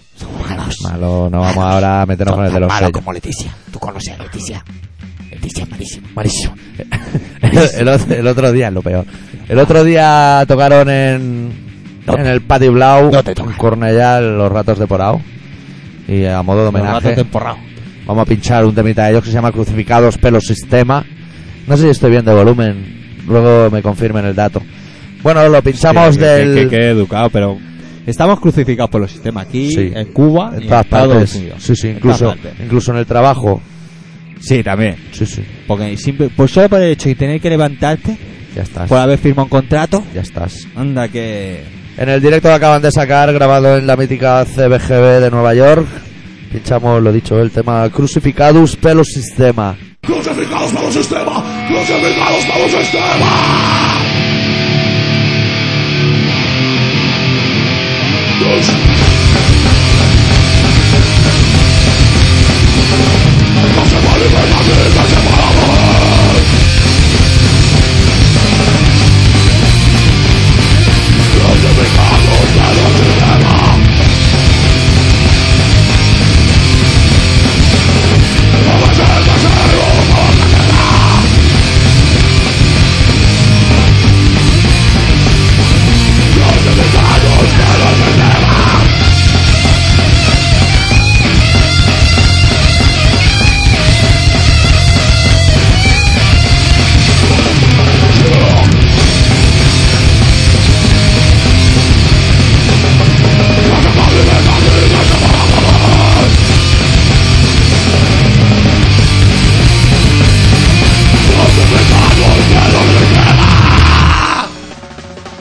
Speaker 4: Malos.
Speaker 1: Malos, no vamos ahora a meternos con el de los
Speaker 4: Malo
Speaker 1: sellos.
Speaker 4: como Leticia. Tú conoces a Leticia. Leticia es malísimo.
Speaker 1: Malísimo. el, otro- el otro día es lo peor. El otro día tocaron en,
Speaker 4: No te-
Speaker 1: en el Patio Blau,
Speaker 4: no te
Speaker 1: en
Speaker 4: tocan.
Speaker 1: Cornellá, los ratos de Porao. Y a modo de homenaje, vamos a pinchar un temita de ellos que se llama Crucificados Pelo Sistema. No sé si estoy bien de volumen, luego me confirmen el dato. Bueno, lo pinchamos
Speaker 2: Que- que-
Speaker 1: del.
Speaker 2: Que, que educado, pero... Estamos crucificados por los sistemas aquí,
Speaker 1: Sí.
Speaker 2: en Cuba, y
Speaker 1: en
Speaker 2: en
Speaker 1: todas
Speaker 2: Estados
Speaker 1: partes.
Speaker 2: Unidos.
Speaker 1: Sí, sí,
Speaker 2: En
Speaker 1: incluso,
Speaker 2: todas partes.
Speaker 1: incluso en el trabajo.
Speaker 2: Sí, también.
Speaker 1: Sí, sí,
Speaker 2: Porque siempre, pues solo por el hecho de tener que levantarte,
Speaker 1: ya estás.
Speaker 2: por haber firmado un contrato,
Speaker 1: Ya estás.
Speaker 2: anda que...
Speaker 1: En el directo que acaban de sacar, grabado en la mítica CBGB de Nueva York, pinchamos, lo dicho, el tema Crucificados Pelo Sistema.
Speaker 5: Crucificados para el sistema, crucificados para el sistema.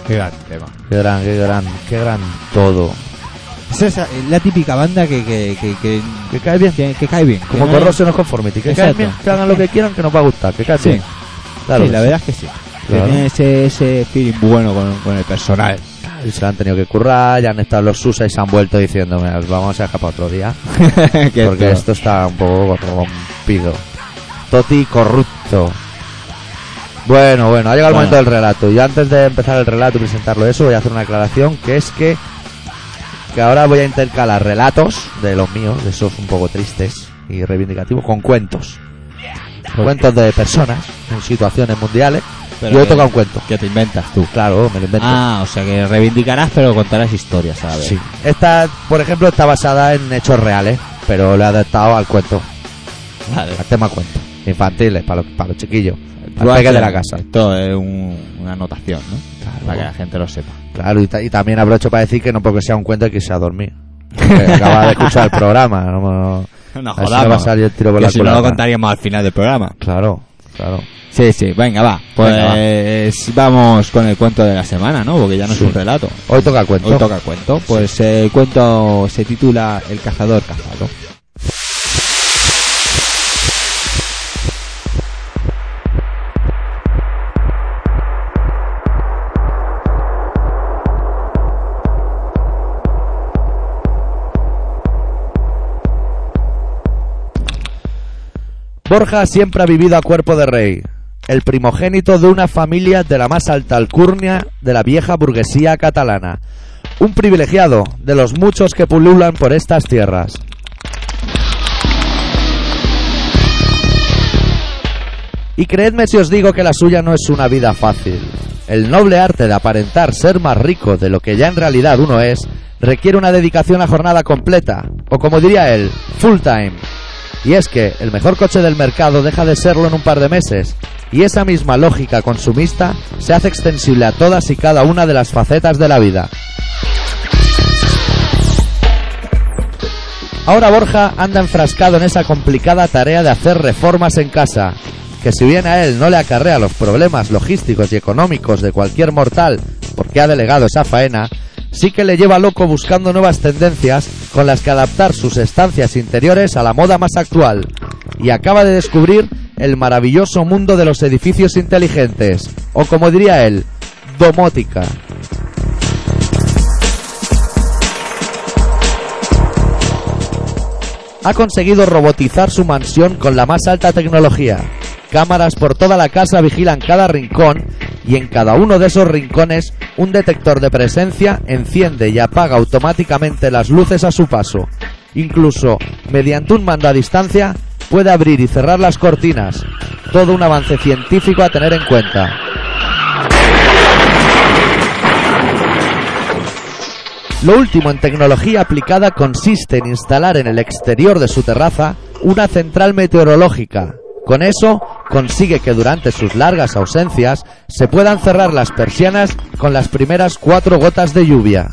Speaker 2: Qué gran tema.
Speaker 1: Qué gran, qué gran, qué gran todo.
Speaker 2: Es esa- es la típica banda que, que, que, que,
Speaker 1: Que cae bien.
Speaker 2: que- que cae bien.
Speaker 1: Como
Speaker 2: que no-
Speaker 1: Corrosion of Conformity, que cae
Speaker 2: Exacto.
Speaker 1: bien, que hagan lo que quieran, que nos va a gustar, que cae
Speaker 2: Sí.
Speaker 1: bien. Claro
Speaker 2: sí,
Speaker 1: que
Speaker 2: la
Speaker 1: sí.
Speaker 2: verdad es que sí.
Speaker 1: Claro.
Speaker 2: Que tiene ese, ese feeling bueno con, con el personal.
Speaker 1: Y se la han tenido que currar, ya han estado los Susa y se han vuelto diciendo, "Mira, os vamos a dejar para otro día,
Speaker 2: Que
Speaker 1: porque esto
Speaker 2: esto-
Speaker 1: está un poco corrompido. Toti corrupto. Bueno, bueno, ha llegado el
Speaker 2: Bueno.
Speaker 1: momento del relato. Yo antes de empezar el relato y presentarlo eso, voy a hacer una aclaración, que es que, que ahora voy a intercalar relatos de los míos, de esos un poco tristes y reivindicativos, con cuentos. Cuentos de personas en situaciones mundiales.
Speaker 2: Pero
Speaker 1: Yo he
Speaker 2: que-
Speaker 1: tocado un cuento.
Speaker 2: que te inventas tú.
Speaker 1: Claro, me lo invento.
Speaker 2: Ah, o sea que reivindicarás pero contarás historias, ¿sabes?
Speaker 1: Sí. Esta, por ejemplo, está basada en hechos reales, pero lo he adaptado al cuento,
Speaker 2: Vale.
Speaker 1: al tema cuento. Infantiles, para los, para los chiquillos, para los peques de la casa.
Speaker 2: Esto es un- una anotación, ¿no? Para que la gente lo sepa.
Speaker 1: Claro, y, ta- y también aprovecho para decir que no porque sea un cuento hay que irse a dormir. Que acaba de escuchar el programa. No, no-
Speaker 2: Una
Speaker 1: a ver si no va a salir el tiro por la
Speaker 2: si no lo
Speaker 1: culata.
Speaker 2: contaríamos al final del programa.
Speaker 1: Claro, claro.
Speaker 2: Sí, sí, venga, va. Pues
Speaker 1: Venga,
Speaker 2: vamos con el cuento de la semana, ¿no? Porque ya no
Speaker 1: Sí.
Speaker 2: es un relato.
Speaker 1: Hoy toca el cuento.
Speaker 2: Hoy toca el cuento. Pues eh, el cuento se titula El cazador cazado.
Speaker 1: Borja siempre ha vivido a cuerpo de rey, el primogénito de una familia de la más alta alcurnia de la vieja burguesía catalana, un privilegiado de los muchos que pululan por estas tierras. Y creedme si os digo que la suya no es una vida fácil. El noble arte de aparentar ser más rico de lo que ya en realidad uno es requiere una dedicación a jornada completa, o como diría él, full time. Y es que el mejor coche del mercado deja de serlo en un par de meses, y esa misma lógica consumista se hace extensible a todas y cada una de las facetas de la vida. Ahora Borja anda enfrascado en esa complicada tarea de hacer reformas en casa, que si bien a él no le acarrea los problemas logísticos y económicos de cualquier mortal porque ha delegado esa faena, sí que le lleva loco buscando nuevas tendencias con las que adaptar sus estancias interiores a la moda más actual, y acaba de descubrir el maravilloso mundo de los edificios inteligentes, o como diría él, domótica. ha conseguido robotizar su mansión con la más alta tecnología. Cámaras por toda la casa vigilan cada rincón y en cada uno de esos rincones un detector de presencia enciende y apaga automáticamente las luces a su paso. Incluso, mediante un mando a distancia, puede abrir y cerrar las cortinas. Todo un avance científico a tener en cuenta. Lo último en tecnología aplicada consiste en instalar en el exterior de su terraza una central meteorológica. Con eso consigue que durante sus largas ausencias se puedan cerrar las persianas con las primeras cuatro gotas de lluvia.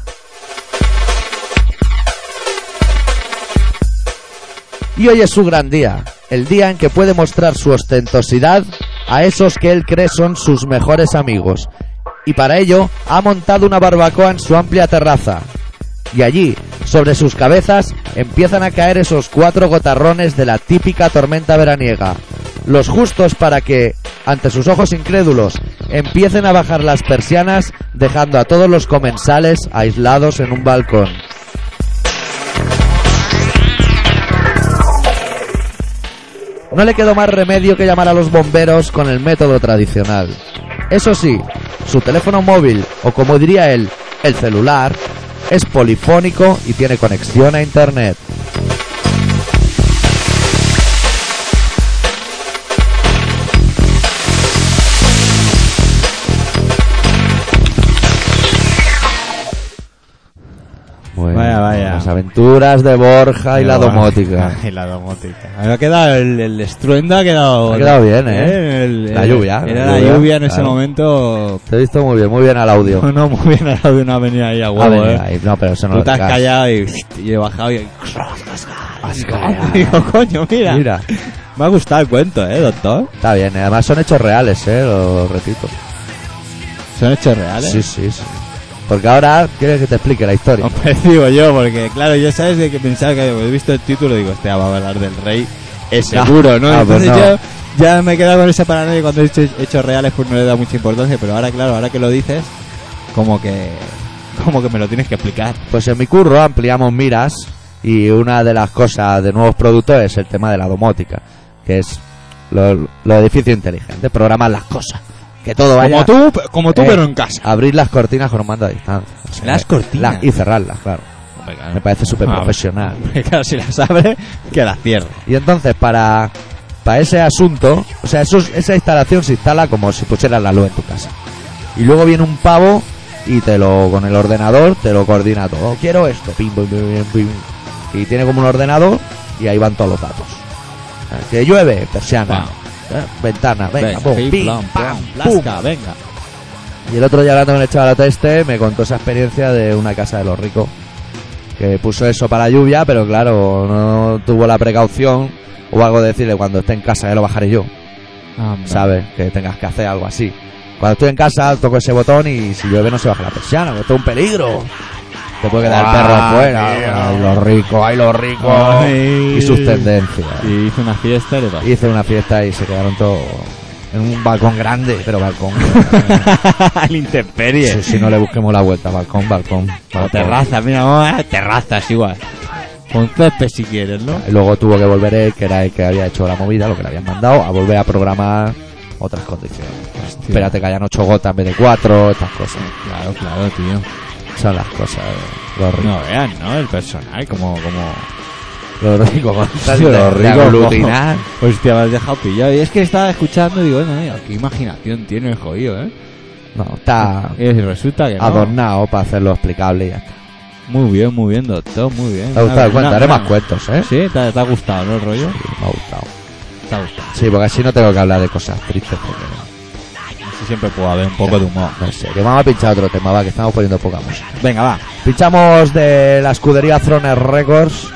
Speaker 1: Y hoy es su gran día, el día en que puede mostrar su ostentosidad a esos que él cree son sus mejores amigos, y para ello ha montado una barbacoa en su amplia terraza. Y allí, sobre sus cabezas, empiezan a caer esos cuatro gotarrones de la típica tormenta veraniega, los justos para que, ante sus ojos incrédulos, empiecen a bajar las persianas dejando a todos los comensales aislados en un balcón. No le quedó más remedio que llamar a los bomberos con el método tradicional. Eso sí, su teléfono móvil, o como diría él, el celular, es polifónico y tiene conexión a Internet. Bueno,
Speaker 2: Vaya, vaya.
Speaker 1: Las aventuras de Borja y la domótica.
Speaker 2: y la domótica. Ha quedado el, el estruendo ha quedado.
Speaker 1: Ha quedado bien, ¿eh?
Speaker 2: El-
Speaker 1: La
Speaker 2: el-
Speaker 1: lluvia,
Speaker 2: Era
Speaker 1: la
Speaker 2: la
Speaker 1: lluvia,
Speaker 2: lluvia en ese
Speaker 1: claro.
Speaker 2: momento.
Speaker 1: Te he visto muy bien, muy bien al audio.
Speaker 2: No, no, muy bien al lado de una avenida ahí a
Speaker 1: Ah,
Speaker 2: huevo,
Speaker 1: venga,
Speaker 2: ¿eh?
Speaker 1: ahí, no, pero eso no
Speaker 2: Tú
Speaker 1: lo
Speaker 2: te has
Speaker 1: digas.
Speaker 2: callado y, y he bajado y.
Speaker 1: Has callado.
Speaker 2: Digo, coño, mira.
Speaker 1: Mira,
Speaker 2: Me ha gustado el cuento, ¿eh, doctor?
Speaker 1: está bien. Además son hechos reales, eh, lo repito.
Speaker 2: Son hechos reales.
Speaker 1: Sí, sí, sí. Porque ahora quieres que te explique la historia.
Speaker 2: Hombre, digo yo, porque claro, yo sabes de que pensaba que he visto el título digo, este va a hablar del rey, es seguro, ¿no?
Speaker 1: Ah, pues
Speaker 2: Entonces
Speaker 1: no.
Speaker 2: yo ya me he quedado con esa paranoia y cuando he hecho hechos reales pues no le he dado mucha importancia, pero ahora claro, ahora que lo dices, como que como que me lo tienes que explicar.
Speaker 1: Pues en mi curro ampliamos miras y una de las cosas de nuevos productos es el tema de la domótica, que es los los edificios inteligentes, programar las cosas, que todo vaya...
Speaker 2: Como tú, como tú
Speaker 1: Eh,
Speaker 2: pero en casa.
Speaker 1: Abrir las cortinas con un mando a distancia. O sea,
Speaker 2: Las cortinas. Ah.
Speaker 1: la- y cerrarlas, claro.
Speaker 2: Hombre,
Speaker 1: Me
Speaker 2: claro.
Speaker 1: parece súper profesional.
Speaker 2: Hombre, claro, si las abres, que las cierres.
Speaker 1: Y entonces para, para ese asunto, o sea, eso, es- esa instalación se instala como si pusieras la luz en tu casa. Y luego viene un pavo y te lo con el ordenador te lo coordina todo. Quiero esto, pim, pim, pim, pim, pim. Y tiene como un ordenador y ahí van todos los datos. Ah, Que llueve, persiana, eh, ventana, venga, pum,
Speaker 2: pim,
Speaker 1: pim,
Speaker 2: plam,
Speaker 1: pam,
Speaker 2: plam,
Speaker 1: pum.
Speaker 2: plasca, venga.
Speaker 1: Y el otro día hablando con el chaval este me contó esa experiencia de una casa de los ricos que puso eso para lluvia, pero claro, no tuvo la precaución o algo de decirle cuando esté en casa ya lo bajaré yo, ¿sabes? Que tengas que hacer algo así. Cuando estoy en casa toco ese botón y si llueve no se baja la persiana, que esto es un peligro. Te puede quedar el perro afuera. Ay, los ricos, ay, los ricos.
Speaker 2: Ay.
Speaker 1: Y sus tendencias.
Speaker 2: Y hice una fiesta y le pasó.
Speaker 1: Hice una fiesta y se quedaron todos en un balcón grande, pero balcón.
Speaker 2: Al intemperie.
Speaker 1: Sí, sí, no le busquemos la vuelta, balcón, balcón. balcón.
Speaker 2: O terraza, mira, vamos a terrazas igual. Con césped si quieres, ¿no?
Speaker 1: Y Luego tuvo que volver él, que era el que había hecho la movida, lo que le habían mandado, a volver a programar otras condiciones. Espérate que hayan ocho gotas en vez de cuatro, estas cosas.
Speaker 2: Claro, claro, tío.
Speaker 1: Son las cosas. eh, Los ricos.
Speaker 2: No vean, ¿no? El personal, como. como...
Speaker 1: Los ricos. con tal de- de
Speaker 2: Los ricos,
Speaker 1: aglutinar.
Speaker 2: como- Hostia, me has pues dejado pillado. Y es que estaba escuchando y digo, bueno, mira, qué imaginación tiene el jodido, ¿eh?
Speaker 1: No, está
Speaker 2: Y resulta que. no.
Speaker 1: adornado para hacerlo explicable y ya está.
Speaker 2: Muy bien, muy bien, doctor, muy bien.
Speaker 1: Me ha gustado el
Speaker 2: Una-
Speaker 1: cuento, haré
Speaker 2: una-
Speaker 1: más cuentos, ¿eh?
Speaker 2: Sí, ¿Te, ha- te ha gustado, ¿no? El rollo.
Speaker 1: Me ha gustado.
Speaker 2: Te ha gustado.
Speaker 1: Sí, porque así no tengo que hablar de cosas tristes porque
Speaker 2: Así siempre puede haber un poco de humor.
Speaker 1: no sé. Que vamos a pinchar otro tema, va, que estamos poniendo poca música.
Speaker 2: Venga, va.
Speaker 1: Pinchamos de la escudería Thrones Records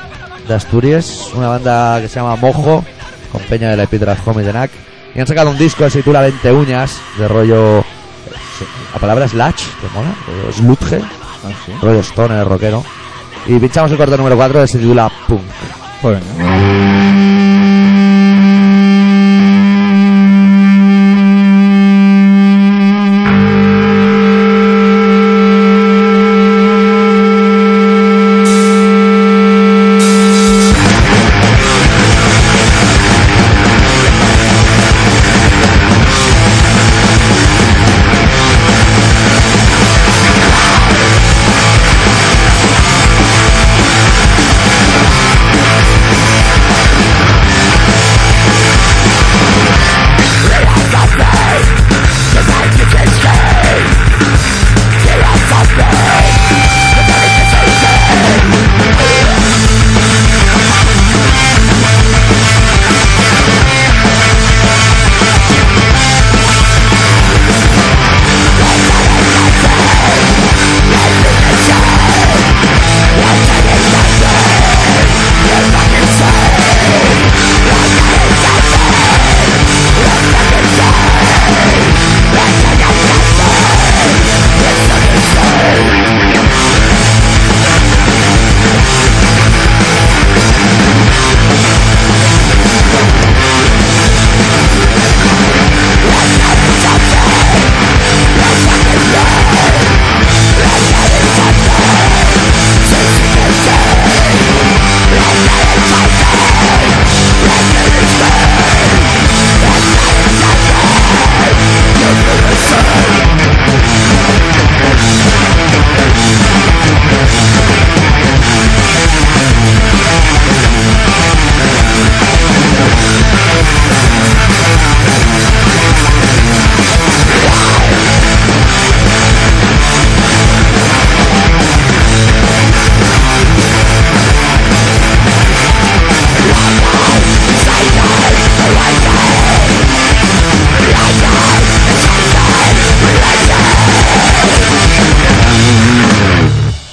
Speaker 1: de Asturias, una banda que se llama Mojo, con Peña de la Epítra Home de NAC. Y han sacado un disco que se titula 20 uñas, de rollo. La palabra slash, que mola, rollo sludge,
Speaker 2: Ah, sí.
Speaker 1: rollo stoner, rockero. Y pinchamos el corte número 4 que se titula Punk.
Speaker 2: Pues venga.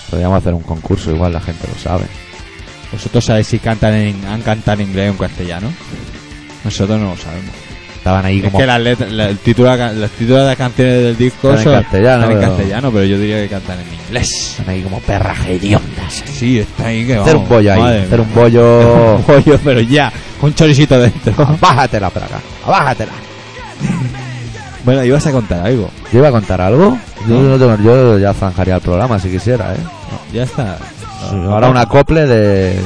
Speaker 1: Podríamos hacer un concurso, igual la gente lo sabe.
Speaker 2: Vosotros sabéis si cantan en, han cantado en inglés o en castellano. Nosotros no lo sabemos.
Speaker 1: Estaban ahí
Speaker 2: es
Speaker 1: como
Speaker 2: que las letras, la- el título, de la can- los títulos de las canciones del disco
Speaker 1: Están en
Speaker 2: son-
Speaker 1: castellano,
Speaker 2: están en
Speaker 1: pero-
Speaker 2: castellano, pero yo diría que cantan en inglés.
Speaker 1: Están ahí como perras hediondas.
Speaker 2: Sí, está ahí que
Speaker 1: Hacer un bollo ahí, hacer un bollo.
Speaker 2: un pollo, pero ya, con choricito dentro.
Speaker 1: Ah. Bájatela para acá, bájatela.
Speaker 2: bueno, ibas a contar algo.
Speaker 1: ¿Yo iba a contar algo? Yo, no tengo- yo ya zanjaría el programa si quisiera, ¿eh?
Speaker 2: Ya está.
Speaker 1: Ahora un acople de, de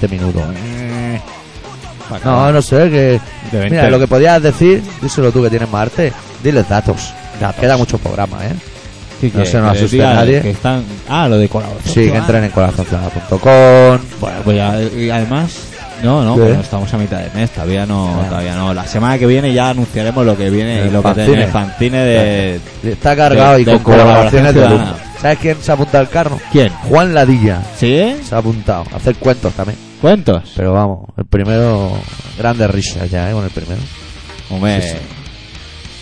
Speaker 1: 20 minutos. No, no sé, que...
Speaker 2: De 20.
Speaker 1: Mira, lo que podías decir, díselo tú que tienes más arte, diles datos.
Speaker 2: Datos.
Speaker 1: Queda mucho programa, ¿eh?
Speaker 2: Sí,
Speaker 1: no se nos
Speaker 2: que
Speaker 1: asuste
Speaker 2: diga
Speaker 1: nadie.
Speaker 2: que están... Ah, lo de colaboración.
Speaker 1: Sí, que entren en corazonzonada.com.
Speaker 2: Bueno, pues ya- y además, no, no,
Speaker 1: ¿Qué?
Speaker 2: pero estamos a mitad de mes, todavía no,
Speaker 1: Ah.
Speaker 2: todavía no. La semana que viene ya anunciaremos lo que viene y
Speaker 1: El
Speaker 2: lo que
Speaker 1: fanzine.
Speaker 2: tiene el fanzine de
Speaker 1: Está cargado
Speaker 2: De-
Speaker 1: y con
Speaker 2: de
Speaker 1: colaboraciones de
Speaker 2: colaboración
Speaker 1: lujo. ¿Sabes quién se ha apuntado al carro?
Speaker 2: ¿Quién?
Speaker 1: Juan Ladilla
Speaker 2: ¿Sí?
Speaker 1: se ha apuntado a hacer cuentos también.
Speaker 2: ¿Cuentos?
Speaker 1: Pero vamos, el primero, grandes risas ya, ¿eh? Con el primero.
Speaker 2: Hombre,
Speaker 1: Sí, sí.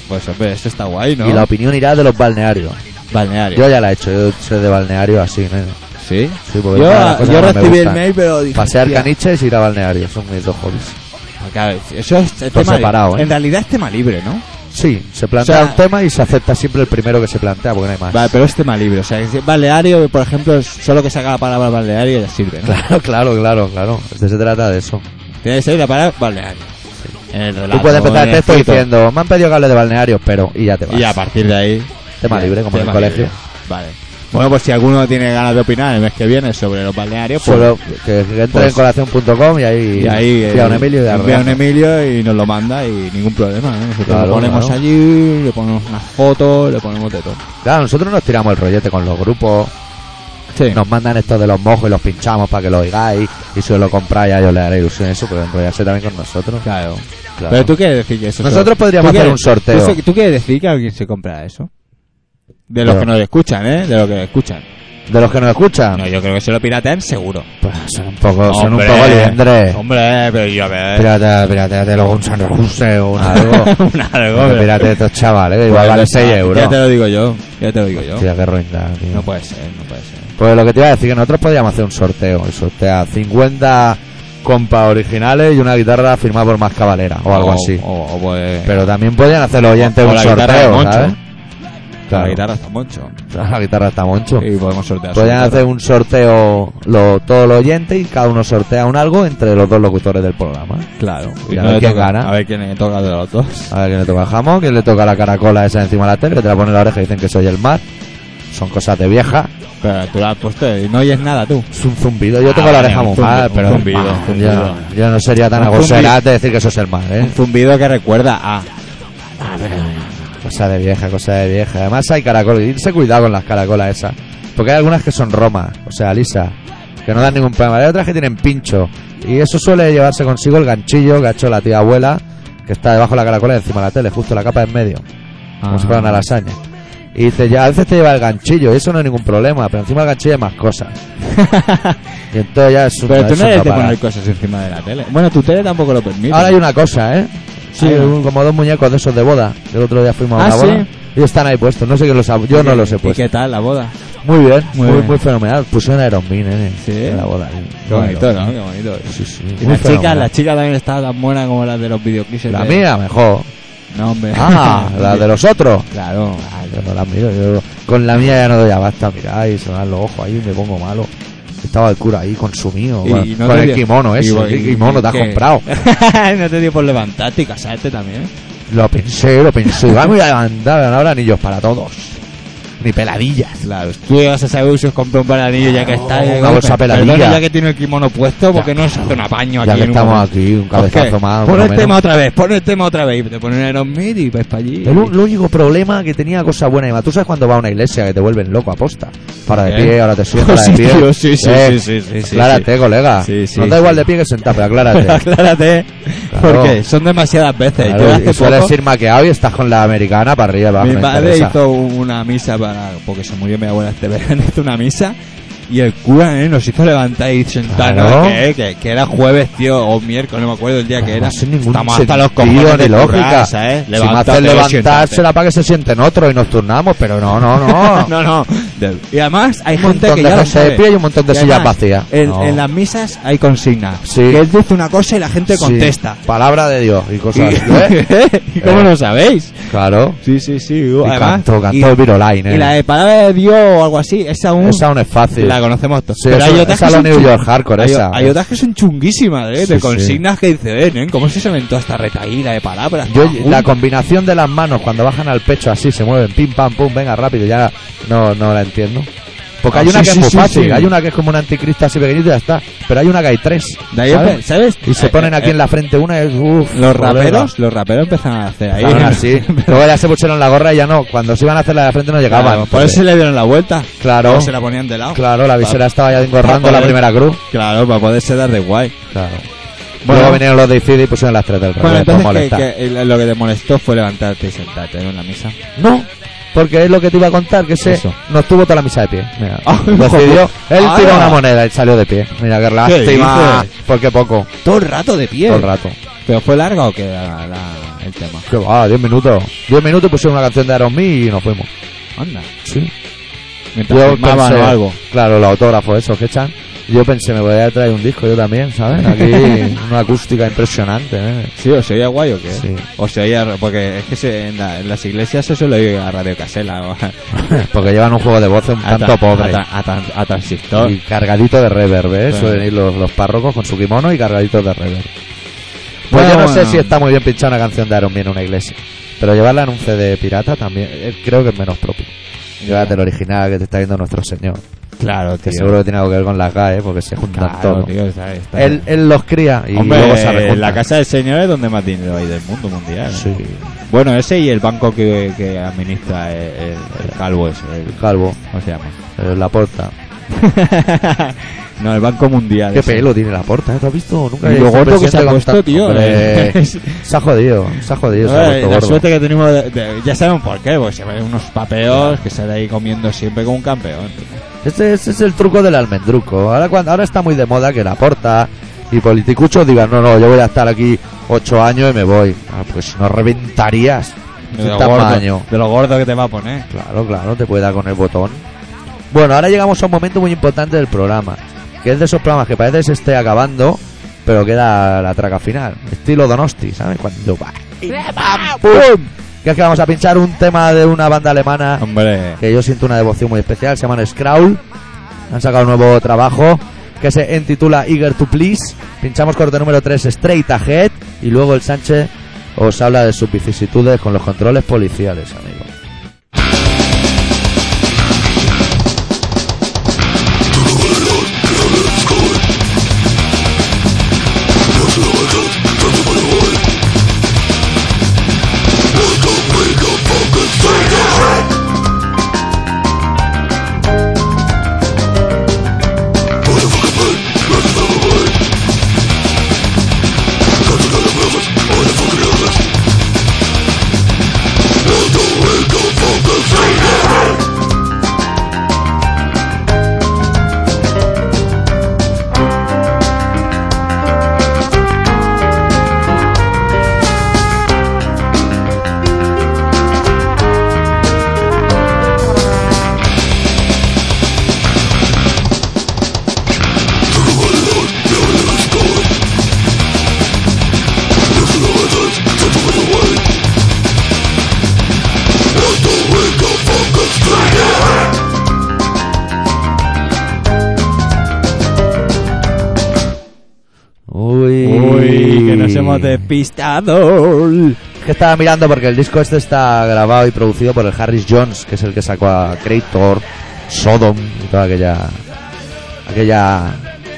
Speaker 2: pues hombre, eso está guay, ¿no?
Speaker 1: Y la opinión irá de los balnearios.
Speaker 2: Balneario.
Speaker 1: Yo ya la he hecho, yo soy de balneario así, ¿no?
Speaker 2: ¿Sí?
Speaker 1: Sí, porque es una de las cosas
Speaker 2: Yo, yo
Speaker 1: que más me
Speaker 2: recibí el
Speaker 1: gustan.
Speaker 2: mail, pero dije...
Speaker 1: Pasear
Speaker 2: hostia,
Speaker 1: caniches y ir a balneario, son mis dos hobbies.
Speaker 2: claro, eso es tema
Speaker 1: separado,
Speaker 2: libre.
Speaker 1: ¿eh?
Speaker 2: En realidad es tema libre, ¿no?
Speaker 1: Sí, se plantea
Speaker 2: O sea-
Speaker 1: un tema y se acepta siempre el primero que se plantea, porque no hay más.
Speaker 2: Vale, pero es tema libre. O sea, es- Balneario, por ejemplo, solo que saca la palabra balneario ya sirve, ¿no?
Speaker 1: Claro, claro, claro, claro. Este se trata de eso.
Speaker 2: Tienes ahí la palabra balneario. Eh, En el
Speaker 1: Tú
Speaker 2: relato,
Speaker 1: puedes empezar el
Speaker 2: en
Speaker 1: texto
Speaker 2: escrito.
Speaker 1: diciendo, me han pedido que hable de balnearios, pero... Y ya te vas.
Speaker 2: Y a partir de ahí.
Speaker 1: Tema
Speaker 2: ya,
Speaker 1: libre, como en el
Speaker 2: tema
Speaker 1: colegio.
Speaker 2: libre. Vale. Bueno, pues si alguno tiene ganas de opinar el mes que viene sobre los balnearios, pues.
Speaker 1: Solo que, que entre en
Speaker 2: pues-
Speaker 1: colación.com y ahí...
Speaker 2: y ahí.
Speaker 1: pilla un Emilio y de
Speaker 2: envía un
Speaker 1: arreglamos.
Speaker 2: Emilio y nos lo manda y ningún problema. ¿no? Nosotros
Speaker 1: Claro,
Speaker 2: lo ponemos
Speaker 1: claro.
Speaker 2: allí, le ponemos unas fotos, le ponemos de todo.
Speaker 1: Claro, nosotros nos tiramos el rollete con los grupos,
Speaker 2: Sí.
Speaker 1: Nos mandan estos de los mojos y los pinchamos para que lo oigáis. Y si os lo compráis, a ellos les hará ilusión eso, pero enrollarse también con nosotros.
Speaker 2: Claro.
Speaker 1: Claro.
Speaker 2: Pero tú quieres decir que eso.
Speaker 1: Nosotros podríamos
Speaker 2: ¿Tú
Speaker 1: hacer
Speaker 2: quieres-
Speaker 1: un sorteo.
Speaker 2: ¿tú, se- tú quieres decir que alguien se compra eso? De los
Speaker 1: Pero-
Speaker 2: que nos escuchan, ¿eh? De los que nos escuchan.
Speaker 1: De los que nos escuchan,
Speaker 2: No, yo creo que se lo piratean seguro.
Speaker 1: pues son un poco, son un
Speaker 2: Hombre,
Speaker 1: poco liendres.
Speaker 2: Hombre, pero yo a ver.
Speaker 1: Pírate, pírate, luego un San Jose o un algo.
Speaker 2: un algo, pero-
Speaker 1: Pírate estos chavales, que igual vale 6 euros.
Speaker 2: Ya te lo digo yo. Ya te lo digo yo.
Speaker 1: Hostia, qué ruindad, tío.
Speaker 2: No puede ser, no puede ser.
Speaker 1: Pues lo que te iba a decir, que nosotros podíamos hacer un sorteo. Y sortear 50 compas originales y una guitarra firmada por más cabalera o algo así.
Speaker 2: O, o puede-
Speaker 1: Pero también podían hacer los oyentes
Speaker 2: Oh, o
Speaker 1: un
Speaker 2: la guitarra de
Speaker 1: sorteo,
Speaker 2: Moncho. ¿eh?
Speaker 1: ¿sabes?
Speaker 2: La
Speaker 1: Claro.
Speaker 2: guitarra está moncho.
Speaker 1: La guitarra está moncho.
Speaker 2: Y podemos sortear. su
Speaker 1: Podrían
Speaker 2: guitarra.
Speaker 1: hacer un sorteo lo- todos los oyentes y cada uno sortea un algo entre los dos locutores del programa.
Speaker 2: Claro.
Speaker 1: Y a
Speaker 2: no
Speaker 1: ver
Speaker 2: le
Speaker 1: quién
Speaker 2: toca-
Speaker 1: gana.
Speaker 2: A ver quién le toca de los dos.
Speaker 1: A ver quién le toca el jamón, quién le toca la caracola esa encima de la tele, que te la pone en la oreja y dicen que soy el mar. Son cosas de vieja.
Speaker 2: Pero tú la has puesto y no oyes nada tú.
Speaker 1: Es un zumbido. Yo
Speaker 2: Ah,
Speaker 1: tengo la oreja
Speaker 2: un
Speaker 1: muy
Speaker 2: zumbi-
Speaker 1: mal,
Speaker 2: un
Speaker 1: pero.
Speaker 2: zumbido,
Speaker 1: ah,
Speaker 2: un
Speaker 1: yo-
Speaker 2: zumbido.
Speaker 1: Yo, no sería tan
Speaker 2: Un
Speaker 1: agosera
Speaker 2: zumbi-
Speaker 1: de decir que eso es el mar, ¿eh?
Speaker 2: Un zumbido que recuerda a.
Speaker 1: Cosa de vieja, cosa de vieja. Además hay caracoles. Irse cuidado con las caracolas esas. Porque hay algunas que son romas, o sea, lisa, que no dan ningún problema. Hay otras que tienen pincho. Y eso suele llevarse consigo el ganchillo que ha hecho la tía abuela, que está debajo de la caracola y encima de la tele, justo la capa en medio.
Speaker 2: Ah.
Speaker 1: Como si fuera una lasaña. Y dice, ya, a veces te lleva el ganchillo, y eso no es ningún problema, pero encima del ganchillo hay más cosas. Y entonces ya es un
Speaker 2: Pero tú
Speaker 1: es
Speaker 2: no
Speaker 1: un
Speaker 2: debes de
Speaker 1: paparazzi.
Speaker 2: poner cosas encima de la tele. Bueno, tu tele tampoco lo permite.
Speaker 1: Ahora hay una cosa, ¿eh?
Speaker 2: Sí.
Speaker 1: Hay un- como dos muñecos de esos de boda. El otro día fuimos a
Speaker 2: Ah,
Speaker 1: una
Speaker 2: ¿sí?
Speaker 1: boda. Y están ahí puestos. No sé pues. quién los ha- Yo no los he
Speaker 2: ¿Y
Speaker 1: puesto.
Speaker 2: qué tal la boda?
Speaker 1: Muy bien,
Speaker 2: Muy
Speaker 1: muy, muy,
Speaker 2: bien.
Speaker 1: fenomenal. Pusieron Aerosmith, ¿eh?
Speaker 2: Sí.
Speaker 1: En la boda. ¿eh?
Speaker 2: Qué bonito, ¿no? Qué bonito.
Speaker 1: Sí, sí.
Speaker 2: Y
Speaker 1: muy
Speaker 2: las chicas,
Speaker 1: fenomenal.
Speaker 2: las chicas también estaban tan buenas como las de los videoclips.
Speaker 1: La
Speaker 2: de-
Speaker 1: mía, mejor.
Speaker 2: No, hombre.
Speaker 1: Ah, la de los otros.
Speaker 2: Claro.
Speaker 1: Ah, yo no la miro. yo- con la mía ya no doy basta Mirá, y se me dan los ojos ahí y me pongo malo. Estaba el cura ahí consumido.
Speaker 2: Y-
Speaker 1: con
Speaker 2: y no
Speaker 1: con
Speaker 2: te
Speaker 1: el
Speaker 2: dio-
Speaker 1: kimono
Speaker 2: y-
Speaker 1: ese.
Speaker 2: y-
Speaker 1: ¿Qué kimono te has
Speaker 2: ¿qué?
Speaker 1: comprado?
Speaker 2: no te dio por levantarte y casarte también.
Speaker 1: Lo pensé, lo pensé. Igual me voy a levantar, pero no habrá anillos para todos. Ni peladillas.
Speaker 2: Claro. Tú llegas a saber si os compró un paranillo ya que está.
Speaker 1: Una
Speaker 2: eh,
Speaker 1: bolsa
Speaker 2: perdona,
Speaker 1: peladilla.
Speaker 2: ya que tiene el kimono puesto, porque no se hace un apaño
Speaker 1: ya
Speaker 2: aquí.
Speaker 1: que
Speaker 2: en un
Speaker 1: estamos
Speaker 2: momento?
Speaker 1: aquí, un cabezazo
Speaker 2: Ok, este
Speaker 1: más.
Speaker 2: Pon
Speaker 1: uno
Speaker 2: el
Speaker 1: menos.
Speaker 2: tema otra vez, pon el tema otra vez. Y Te ponen Aerosmith y vais para allí.
Speaker 1: El, un- lo único problema que tenía cosa buena y más. Tú sabes cuando va a una iglesia que te vuelven loco aposta. Para de
Speaker 2: ¿Eh?
Speaker 1: pie, ahora te siento, ahora
Speaker 2: Sí,
Speaker 1: de pie.
Speaker 2: tío, sí, sí,
Speaker 1: Eh,
Speaker 2: sí, sí, sí, sí,
Speaker 1: Aclárate, colega.
Speaker 2: Sí, sí,
Speaker 1: no da
Speaker 2: sí.
Speaker 1: igual de pie que sentado, pero aclárate.
Speaker 2: Aclárate.
Speaker 1: Claro.
Speaker 2: Porque son demasiadas veces.
Speaker 1: Claro,
Speaker 2: Yo
Speaker 1: y
Speaker 2: hace
Speaker 1: sueles
Speaker 2: poco-
Speaker 1: ir maqueado y estás con la americana para arriba y abajo.
Speaker 2: Mi
Speaker 1: no
Speaker 2: padre
Speaker 1: interesa.
Speaker 2: hizo una misa para. Porque se murió mi abuela este verano, hizo una misa. Y el cura eh, nos hizo levantar y sentarnos.
Speaker 1: Claro.
Speaker 2: Que, eh, que- que era jueves, tío, o miércoles, no me acuerdo el día que
Speaker 1: No
Speaker 2: era.
Speaker 1: hace ningún
Speaker 2: Estamos hasta los
Speaker 1: sentido
Speaker 2: cojones
Speaker 1: ni
Speaker 2: de
Speaker 1: lógica.
Speaker 2: currarse, eh.
Speaker 1: si me
Speaker 2: Levántate
Speaker 1: haces
Speaker 2: y siéntate.
Speaker 1: levantarse la para que se sienten otros y nos turnamos, pero no, no, no.
Speaker 2: No, no. Y además hay
Speaker 1: Ah. Un
Speaker 2: gente
Speaker 1: montón
Speaker 2: que
Speaker 1: de
Speaker 2: ya lo
Speaker 1: gente de
Speaker 2: sabe.
Speaker 1: pie y un montón de
Speaker 2: Y
Speaker 1: sillas
Speaker 2: además,
Speaker 1: vacías.
Speaker 2: En,
Speaker 1: No.
Speaker 2: en las misas hay consignas.
Speaker 1: Sí.
Speaker 2: Que él dice una cosa y la gente
Speaker 1: Sí,
Speaker 2: contesta.
Speaker 1: palabra de Dios y
Speaker 2: Y-
Speaker 1: cosas así. ¿eh?
Speaker 2: ¿Y cómo
Speaker 1: Eh.
Speaker 2: lo sabéis?
Speaker 1: Claro.
Speaker 2: Sí, sí, sí.
Speaker 1: Y cantó, cantó el Viroline.
Speaker 2: y la de palabra de Dios o algo así, esa aún
Speaker 1: Esa aún es fácil.
Speaker 2: la conocemos todos.
Speaker 1: Sí, esa- esa la
Speaker 2: son
Speaker 1: New
Speaker 2: chun-
Speaker 1: York Hardcore,
Speaker 2: hay,
Speaker 1: esa.
Speaker 2: hay otras que son chunguísimas, ¿eh?
Speaker 1: Sí,
Speaker 2: de
Speaker 1: sí.
Speaker 2: consignas que dicen, ¿eh? ¿Cómo se inventó esta retaíla de palabras?
Speaker 1: Yo-
Speaker 2: Aún.
Speaker 1: la combinación de las manos cuando bajan al pecho así, se mueven, pim, pam, pum, venga rápido, ya no, no la entiendo. Porque
Speaker 2: Ah,
Speaker 1: hay una
Speaker 2: sí,
Speaker 1: que
Speaker 2: sí,
Speaker 1: es muy
Speaker 2: sí,
Speaker 1: fácil,
Speaker 2: sí.
Speaker 1: hay una que es como un anticristo así pequeñito y ya está. Pero hay una que hay tres.
Speaker 2: De ahí empe-
Speaker 1: ¿sabes?
Speaker 2: ¿sabes?
Speaker 1: Y se
Speaker 2: Eh,
Speaker 1: ponen
Speaker 2: eh,
Speaker 1: aquí en la frente una y es, uff,
Speaker 2: Los
Speaker 1: colega.
Speaker 2: raperos, los raperos empezaron a hacer ahí.
Speaker 1: Claro, así. Luego ya se pusieron la gorra y ya no. Cuando se iban a hacer la de la frente no
Speaker 2: Claro, pues,
Speaker 1: llegaban.
Speaker 2: por eso le dieron la vuelta.
Speaker 1: Claro.
Speaker 2: Por eso se la ponían de lado.
Speaker 1: Claro, la visera estaba ya
Speaker 2: Para
Speaker 1: engorrando
Speaker 2: poder-
Speaker 1: la primera cruz.
Speaker 2: Claro, para poderse dar de guay.
Speaker 1: Claro.
Speaker 2: Bueno.
Speaker 1: Luego vinieron los de ICID y pusieron las tres del
Speaker 2: Bueno,
Speaker 1: revés. por
Speaker 2: entonces que,
Speaker 1: molestar.
Speaker 2: que lo que te molestó fue levantarte y sentarte ¿no? en la misa.
Speaker 1: No, porque es lo que te iba a contar, que se
Speaker 2: Eso.
Speaker 1: nos tuvo toda la misa de pie. Mira,
Speaker 2: Ah,
Speaker 1: decidió, él
Speaker 2: ah.
Speaker 1: tiró una moneda y salió de pie. Mira, qué lástima.
Speaker 2: dices?
Speaker 1: Porque poco,
Speaker 2: Todo el rato de pie.
Speaker 1: todo el rato.
Speaker 2: ¿Pero fue larga o qué la- la- el tema?
Speaker 1: Que va, 10 minutos. 10 minutos y pusieron una canción de Aerosmith y nos fuimos.
Speaker 2: Anda.
Speaker 1: Sí.
Speaker 2: Mientras firmaban o algo.
Speaker 1: Claro, los autógrafos esos que echan. Yo pensé, me voy a traer un disco yo también, ¿sabes? Aquí una acústica impresionante, ¿eh?
Speaker 2: Sí, o se oía guay o qué.
Speaker 1: Sí.
Speaker 2: O se oía... Porque es que se- en, la- en las iglesias se suele oír a Radio Casela. o a-
Speaker 1: Porque llevan un juego de voces un
Speaker 2: a
Speaker 1: tanto
Speaker 2: tra-
Speaker 1: pobre.
Speaker 2: A, tra- a tran- a transistor.
Speaker 1: Y cargadito de reverb, ¿eh?
Speaker 2: Claro.
Speaker 1: Suelen ir los, los párrocos con su kimono y cargaditos de reverb. Pues
Speaker 2: Bueno,
Speaker 1: yo no sé
Speaker 2: bueno.
Speaker 1: si está muy bien pinchar una canción de Aaron Bien en una iglesia. Pero llevarla en un CD pirata también eh, creo que es menos propio. Llévate el original que te está viendo nuestro señor.
Speaker 2: Claro,
Speaker 1: Que
Speaker 2: tío.
Speaker 1: seguro que tiene algo que ver con las GAE ¿eh? porque se juntan
Speaker 2: Claro,
Speaker 1: todos.
Speaker 2: tío. está- está-
Speaker 1: Él, él los cría y
Speaker 2: Hombre,
Speaker 1: luego se rejuntan.
Speaker 2: la casa del señor es donde más dinero hay del mundo mundial. ¿eh?
Speaker 1: Sí,
Speaker 2: Bueno, ese y el banco que, que administra el, el- el calvo ese. el-
Speaker 1: el calvo,
Speaker 2: ¿Cómo se llama?
Speaker 1: eh, la puerta.
Speaker 2: no, el Banco Mundial.
Speaker 1: Qué
Speaker 2: ese.
Speaker 1: pelo tiene la porta, ¿eh? ¿Tú has visto? Nunca
Speaker 2: Y
Speaker 1: he
Speaker 2: lo
Speaker 1: visto
Speaker 2: gordo
Speaker 1: un
Speaker 2: que se ha
Speaker 1: presidente
Speaker 2: puesto,
Speaker 1: con tan-
Speaker 2: tío.
Speaker 1: Hombre,
Speaker 2: Es-
Speaker 1: se ha jodido, se ha jodido. se ha
Speaker 2: Ay,
Speaker 1: vuelto
Speaker 2: la
Speaker 1: gordo.
Speaker 2: suerte que tenemos, de- de- ya sabemos por qué, porque se ven unos papeos que sale ahí comiendo siempre como un campeón.
Speaker 1: Ese, ese Este es el truco del almendruco. Ahora, cuando, ahora está muy de moda que la porta y politicuchos digan, no, no, yo voy a estar aquí ocho años y me voy. Ah, pues si no reventarías.
Speaker 2: De
Speaker 1: Qué
Speaker 2: lo,
Speaker 1: tamaño.
Speaker 2: gordo, de lo gordo que te va a poner.
Speaker 1: Claro, claro, te puede dar con el botón. Bueno, ahora llegamos a un momento muy importante del programa, que es de esos programas que parece que se esté acabando, pero queda la traca final. Estilo Donosti, ¿sabes? Cuando va. y ¡pam, pum! Que es que vamos a pinchar un tema de una banda alemana
Speaker 2: Hombre,
Speaker 1: que yo siento una devoción muy especial, se llaman Scrawl, han sacado un nuevo trabajo que se intitula Eager to Please, pinchamos corte número 3 Straight Ahead y luego el Sánchez os habla de sus vicisitudes con los controles policiales, amigos. Uy,
Speaker 2: uy, que nos hemos despistado.
Speaker 1: que estaba mirando porque el disco este está grabado y producido por el Harris Jones, que es el que sacó a Creator, Sodom y toda aquella aquella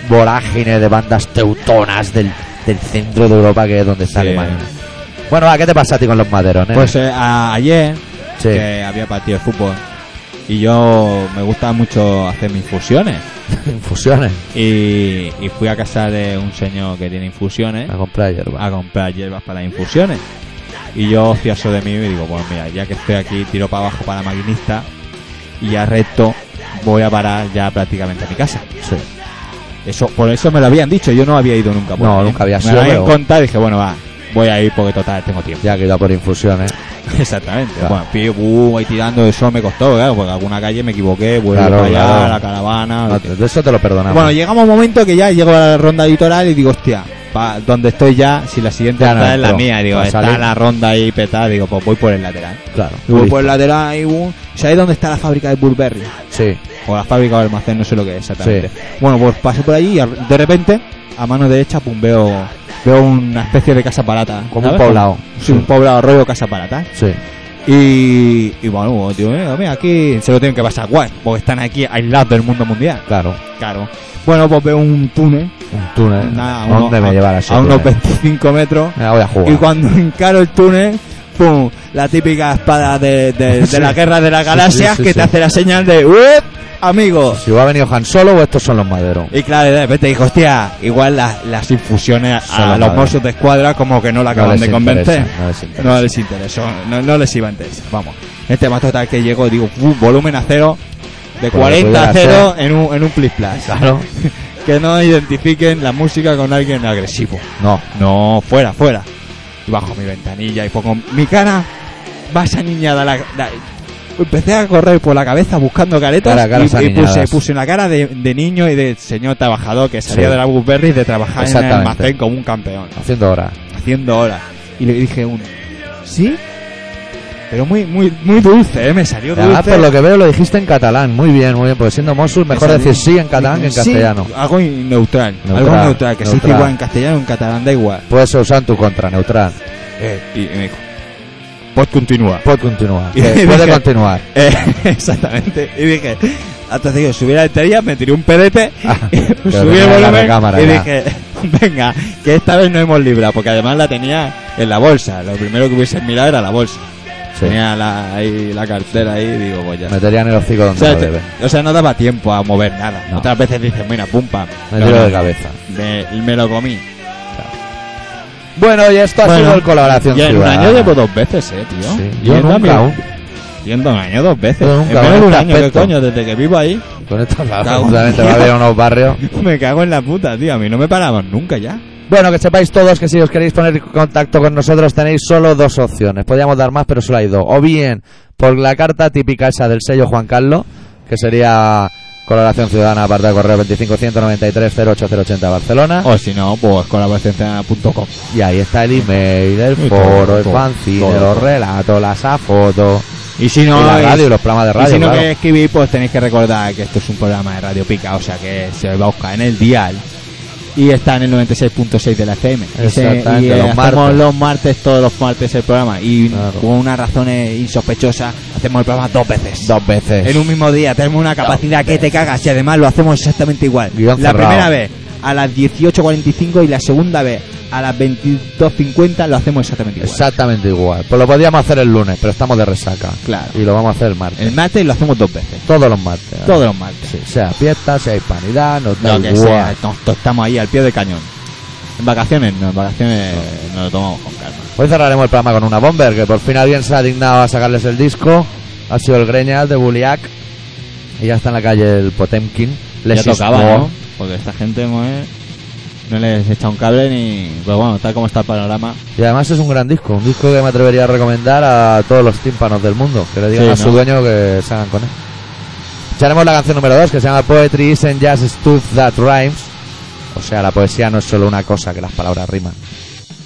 Speaker 1: vorágine de bandas teutonas del, del centro de Europa que es donde está
Speaker 2: Sí.
Speaker 1: Alemania. Bueno, va, ¿qué te pasa a ti con los maderones?
Speaker 2: Pues eh, a- ayer
Speaker 1: Sí.
Speaker 2: que había partido de fútbol y yo me gusta mucho hacer mis fusiones.
Speaker 1: infusiones,
Speaker 2: Y, y fui a casa de un señor que tiene infusiones
Speaker 1: a comprar hierba.
Speaker 2: a comprar hierbas para las infusiones. Y yo ocioso de mí y digo, bueno, mira, ya que estoy aquí, tiro para abajo para la maquinista y ya recto voy a parar ya prácticamente a mi casa.
Speaker 1: Sí.
Speaker 2: Eso, por eso me lo habían dicho, yo no había ido nunca. por
Speaker 1: No,
Speaker 2: ahí. ¿eh?
Speaker 1: nunca había
Speaker 2: Me
Speaker 1: sido,
Speaker 2: lo habían
Speaker 1: pero-
Speaker 2: contado y dije, bueno, va, voy a ir porque total, tengo tiempo.
Speaker 1: Ya que iba por infusiones.
Speaker 2: Exactamente.
Speaker 1: Claro.
Speaker 2: Bueno, pío, buh, ahí tirando, eso me costó, claro, porque alguna calle me equivoqué, vuelvo
Speaker 1: Claro,
Speaker 2: para allá,
Speaker 1: claro.
Speaker 2: la caravana.
Speaker 1: No,
Speaker 2: que-
Speaker 1: de eso te lo perdonamos.
Speaker 2: Ah, Bueno, llegamos a un momento que ya llego a la ronda editorial y digo, hostia, pa, donde estoy ya, si la siguiente
Speaker 1: Ya no
Speaker 2: ronda es la
Speaker 1: entro.
Speaker 2: mía, digo,
Speaker 1: Va a
Speaker 2: está
Speaker 1: salir.
Speaker 2: la ronda ahí petada, digo, pues voy por el lateral.
Speaker 1: claro.
Speaker 2: Y Voy
Speaker 1: Uy,
Speaker 2: por el lateral y boom. ¿Sabéis dónde está la fábrica de Burberry?
Speaker 1: Sí,
Speaker 2: O la fábrica o almacén, no sé lo que es exactamente.
Speaker 1: Sí.
Speaker 2: Bueno, pues paso por allí y ar- de repente, a mano derecha, pum, veo, veo una especie de casa barata.
Speaker 1: como un
Speaker 2: ¿sabes?
Speaker 1: poblado.
Speaker 2: Sí, un poblado rollo casa barata.
Speaker 1: Sí.
Speaker 2: Y, y bueno, digo, mira, mira, aquí se lo tienen que pasar guay, porque están aquí aislados del mundo mundial.
Speaker 1: claro.
Speaker 2: Claro. Bueno, pues veo un túnel
Speaker 1: Un túnel.
Speaker 2: Nada, a uno-
Speaker 1: Eh, ¿Dónde me
Speaker 2: a-
Speaker 1: llevará ese
Speaker 2: a unos
Speaker 1: túnel?
Speaker 2: 25 metros.
Speaker 1: Mira, voy a jugar.
Speaker 2: Y cuando encaro el túnel, ¡pum! La típica espada de, de- de
Speaker 1: Sí.
Speaker 2: la guerra de las
Speaker 1: Sí, sí,
Speaker 2: galaxias
Speaker 1: sí,
Speaker 2: que
Speaker 1: sí.
Speaker 2: te hace la señal de ¡Uep! Amigo.
Speaker 1: Si va a venir Han Solo o estos son los maderos.
Speaker 2: Y claro, de repente dijo, hostia, igual las, las infusiones
Speaker 1: Son
Speaker 2: a
Speaker 1: las
Speaker 2: los
Speaker 1: madres.
Speaker 2: mozos de escuadra como que no la
Speaker 1: No
Speaker 2: acaban
Speaker 1: les
Speaker 2: de convencer.
Speaker 1: interesa, no les interesa.
Speaker 2: No les interesó, no, no les iba a interesar. Vamos, este más total que llegó, digo, "Uf, volumen a cero, de
Speaker 1: Como que
Speaker 2: 40 a
Speaker 1: pudiera
Speaker 2: cero en un, en un plis plas.
Speaker 1: Claro.
Speaker 2: Que no identifiquen la música con alguien agresivo.
Speaker 1: No.
Speaker 2: No, fuera, fuera. Y bajo mi ventanilla y pongo mi cara más aniñada. La, la- empecé a correr por la cabeza buscando caretas
Speaker 1: Cara, caras
Speaker 2: y, y puse,
Speaker 1: aniñadas.
Speaker 2: puse una cara de, de niño y de señor trabajador que salía
Speaker 1: Sí.
Speaker 2: de la Burberry de trabajar en el
Speaker 1: Exactamente.
Speaker 2: almacén como un campeón,
Speaker 1: Haciendo hora.
Speaker 2: haciendo horas. Y le dije uno, ¿sí? Pero muy, muy, muy dulce, ¿eh? me salió dulce.
Speaker 1: Además, por lo que veo, lo dijiste en catalán. Muy bien, muy bien. Porque siendo Mosul,
Speaker 2: Me
Speaker 1: mejor
Speaker 2: salió-
Speaker 1: decir sí en catalán que en
Speaker 2: Sí,
Speaker 1: castellano.
Speaker 2: Algo in- neutral, algo
Speaker 1: Neutral,
Speaker 2: neutral, que se dice
Speaker 1: neutral.
Speaker 2: igual en castellano o en catalán, da igual.
Speaker 1: Puede ser usado en Pues tu contra, neutral.
Speaker 2: Eh, y me dijo, pues continúa.
Speaker 1: Puede continuar.
Speaker 2: Y
Speaker 1: Eh, puede
Speaker 2: dije-
Speaker 1: continuar.
Speaker 2: Eh, exactamente. Y dije, hasta que subí la estrella, me tiré un pedete,
Speaker 1: Ah,
Speaker 2: subí
Speaker 1: pero
Speaker 2: el
Speaker 1: tenía la
Speaker 2: volumen
Speaker 1: recámara
Speaker 2: y
Speaker 1: ya.
Speaker 2: dije, venga, que esta vez no hemos librado, porque además la tenía en la bolsa. Lo primero que hubiese mirado era la bolsa.
Speaker 1: Sí.
Speaker 2: Tenía la, ahí la cartera ahí y digo, pues ya.
Speaker 1: Meterían el hocico
Speaker 2: O
Speaker 1: donde
Speaker 2: sea,
Speaker 1: lo
Speaker 2: te-
Speaker 1: debe.
Speaker 2: o sea, no daba tiempo a mover nada.
Speaker 1: No.
Speaker 2: Otras veces dices, mira, pumpa.
Speaker 1: Me tiro de cabeza.
Speaker 2: Me, me lo comí.
Speaker 1: Bueno, y esto ha
Speaker 2: Bueno.
Speaker 1: sido el colaboración
Speaker 2: Y en un
Speaker 1: ciudadana.
Speaker 2: año llevo dos veces, eh, tío.
Speaker 1: Sí.
Speaker 2: Yendo
Speaker 1: Yo
Speaker 2: a mi-
Speaker 1: nunca aún,
Speaker 2: Yendo un año dos veces.
Speaker 1: Yo
Speaker 2: En
Speaker 1: nunca,
Speaker 2: menos de un
Speaker 1: nunca
Speaker 2: año, ¿qué
Speaker 1: aspecto.
Speaker 2: coño? Desde que vivo ahí,
Speaker 1: con esta palabra,
Speaker 2: Cago en
Speaker 1: justamente va a
Speaker 2: Dios.
Speaker 1: haber unos barrios.
Speaker 2: me cago en la puta, tío. A mí no me paraban nunca ya.
Speaker 1: Bueno, que sepáis todos que si os queréis poner en contacto con nosotros tenéis solo dos opciones. Podríamos dar más, pero solo hay dos. O bien por la carta típica esa del sello Juan Carlos, que sería Colaboración Ciudadana, apartado de correo 2519308080 Barcelona.
Speaker 2: O si no, pues colaboracionciudadana.com.
Speaker 1: Y ahí está el email, el
Speaker 2: Y
Speaker 1: foro,
Speaker 2: todo,
Speaker 1: el
Speaker 2: todo,
Speaker 1: fanzine,
Speaker 2: todo,
Speaker 1: los
Speaker 2: todo.
Speaker 1: relatos, las fotos,
Speaker 2: Y si no,
Speaker 1: y la
Speaker 2: es-
Speaker 1: radio, y los programas de
Speaker 2: y
Speaker 1: radio.
Speaker 2: si no
Speaker 1: claro.
Speaker 2: queréis escribir, pues tenéis que recordar que esto es un programa de Radio Pica, o sea que se va a buscar en el dial. Y está en el 96.6 de la FM. Y se-
Speaker 1: Exactamente,
Speaker 2: y, eh,
Speaker 1: los
Speaker 2: hacemos
Speaker 1: martes.
Speaker 2: los martes, todos los martes el programa. Y
Speaker 1: Claro.
Speaker 2: con unas razones insospechosas, hacemos el programa dos veces.
Speaker 1: Dos veces.
Speaker 2: En un mismo día tenemos una capacidad que te cagas y además lo hacemos exactamente igual.
Speaker 1: Guión
Speaker 2: la
Speaker 1: cerrado.
Speaker 2: primera vez a las 18.45 y la segunda vez a las 22.50 lo hacemos exactamente igual.
Speaker 1: Exactamente igual. Pues lo podíamos hacer el lunes, pero estamos de resaca.
Speaker 2: Claro.
Speaker 1: Y lo vamos a hacer el martes.
Speaker 2: El martes lo hacemos dos veces.
Speaker 1: Todos los martes.
Speaker 2: Todos los martes.
Speaker 1: Sí, sea fiesta, sea hispanidad, nos da
Speaker 2: Lo que sea,
Speaker 1: igual.
Speaker 2: nos- estamos ahí al pie del cañón. En vacaciones, no, en vacaciones eh, nos lo tomamos con calma.
Speaker 1: Hoy cerraremos el programa con una bomber que por fin alguien se ha dignado a sacarles el disco. Ha sido el Greñas de Buliac. Y ya está en la calle el Potemkin. Les
Speaker 2: ya tocaba,
Speaker 1: Is War.
Speaker 2: ¿no? Porque esta gente mujer, no les echa un cable ni. Pero bueno, tal como está el panorama.
Speaker 1: Y además es un gran disco, un disco que me atrevería a recomendar a todos los tímpanos del mundo. Que le digan
Speaker 2: Sí,
Speaker 1: a su
Speaker 2: ¿no?
Speaker 1: dueño que se hagan con él. Echaremos la canción número 2 que se llama Poetry Isn't Just Stuff That Rhymes. O sea, la poesía no es solo una cosa que las palabras riman.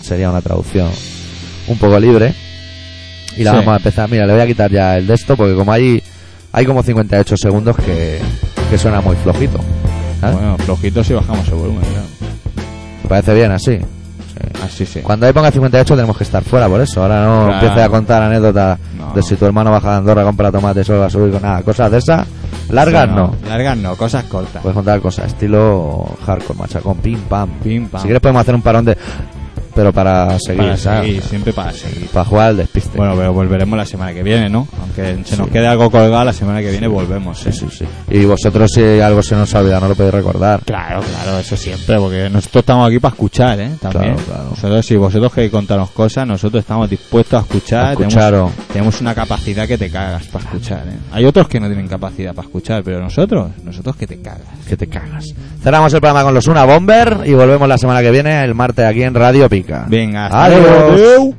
Speaker 1: Sería una traducción un poco libre. Y la
Speaker 2: Sí.
Speaker 1: vamos a empezar. Mira, le voy a quitar ya el de esto porque como hay, hay como 58 segundos que, que suena muy flojito. ¿sabes?
Speaker 2: Bueno, flojitos y bajamos el volumen, claro.
Speaker 1: Me parece bien así.
Speaker 2: Así sí.
Speaker 1: Cuando ahí ponga 58 tenemos que estar fuera por eso. Ahora no
Speaker 2: Claro.
Speaker 1: empieces a contar anécdotas
Speaker 2: No.
Speaker 1: de si tu hermano baja de Andorra, compra tomate, solo va a subir con nada. Cosas de esas. Largas no. Pues,
Speaker 2: Largas no, cosas cortas.
Speaker 1: Puedes contar cosas estilo hardcore, machacón, pim pam.
Speaker 2: Pim, pam.
Speaker 1: Si quieres podemos hacer un parón de... Pero para seguir,
Speaker 2: para
Speaker 1: ¿sabes?
Speaker 2: seguir, siempre para seguir.
Speaker 1: Para jugar al despiste.
Speaker 2: Bueno, pero volveremos la semana que viene, ¿no? Aunque se nos
Speaker 1: Sí.
Speaker 2: quede algo colgado, la semana que viene volvemos.
Speaker 1: Sí,
Speaker 2: ¿eh?
Speaker 1: sí, sí. Y vosotros si algo se nos ha olvidado no lo podéis recordar.
Speaker 2: Claro, claro, eso siempre, porque nosotros estamos aquí para escuchar, ¿eh? También.
Speaker 1: Claro, claro.
Speaker 2: Nosotros, si vosotros queréis contarnos cosas, nosotros estamos dispuestos a escuchar.
Speaker 1: A escucharos.
Speaker 2: Tenemos, tenemos una capacidad que te cagas para escuchar, ¿eh? Hay otros que no tienen capacidad para escuchar, pero nosotros, nosotros que te cagas.
Speaker 1: Que te cagas. Cerramos el programa con los Una Bomber y volvemos la semana que viene, el martes, aquí en Radio Pica.
Speaker 2: Venga, hasta
Speaker 1: Adiós.
Speaker 2: luego. Adeu.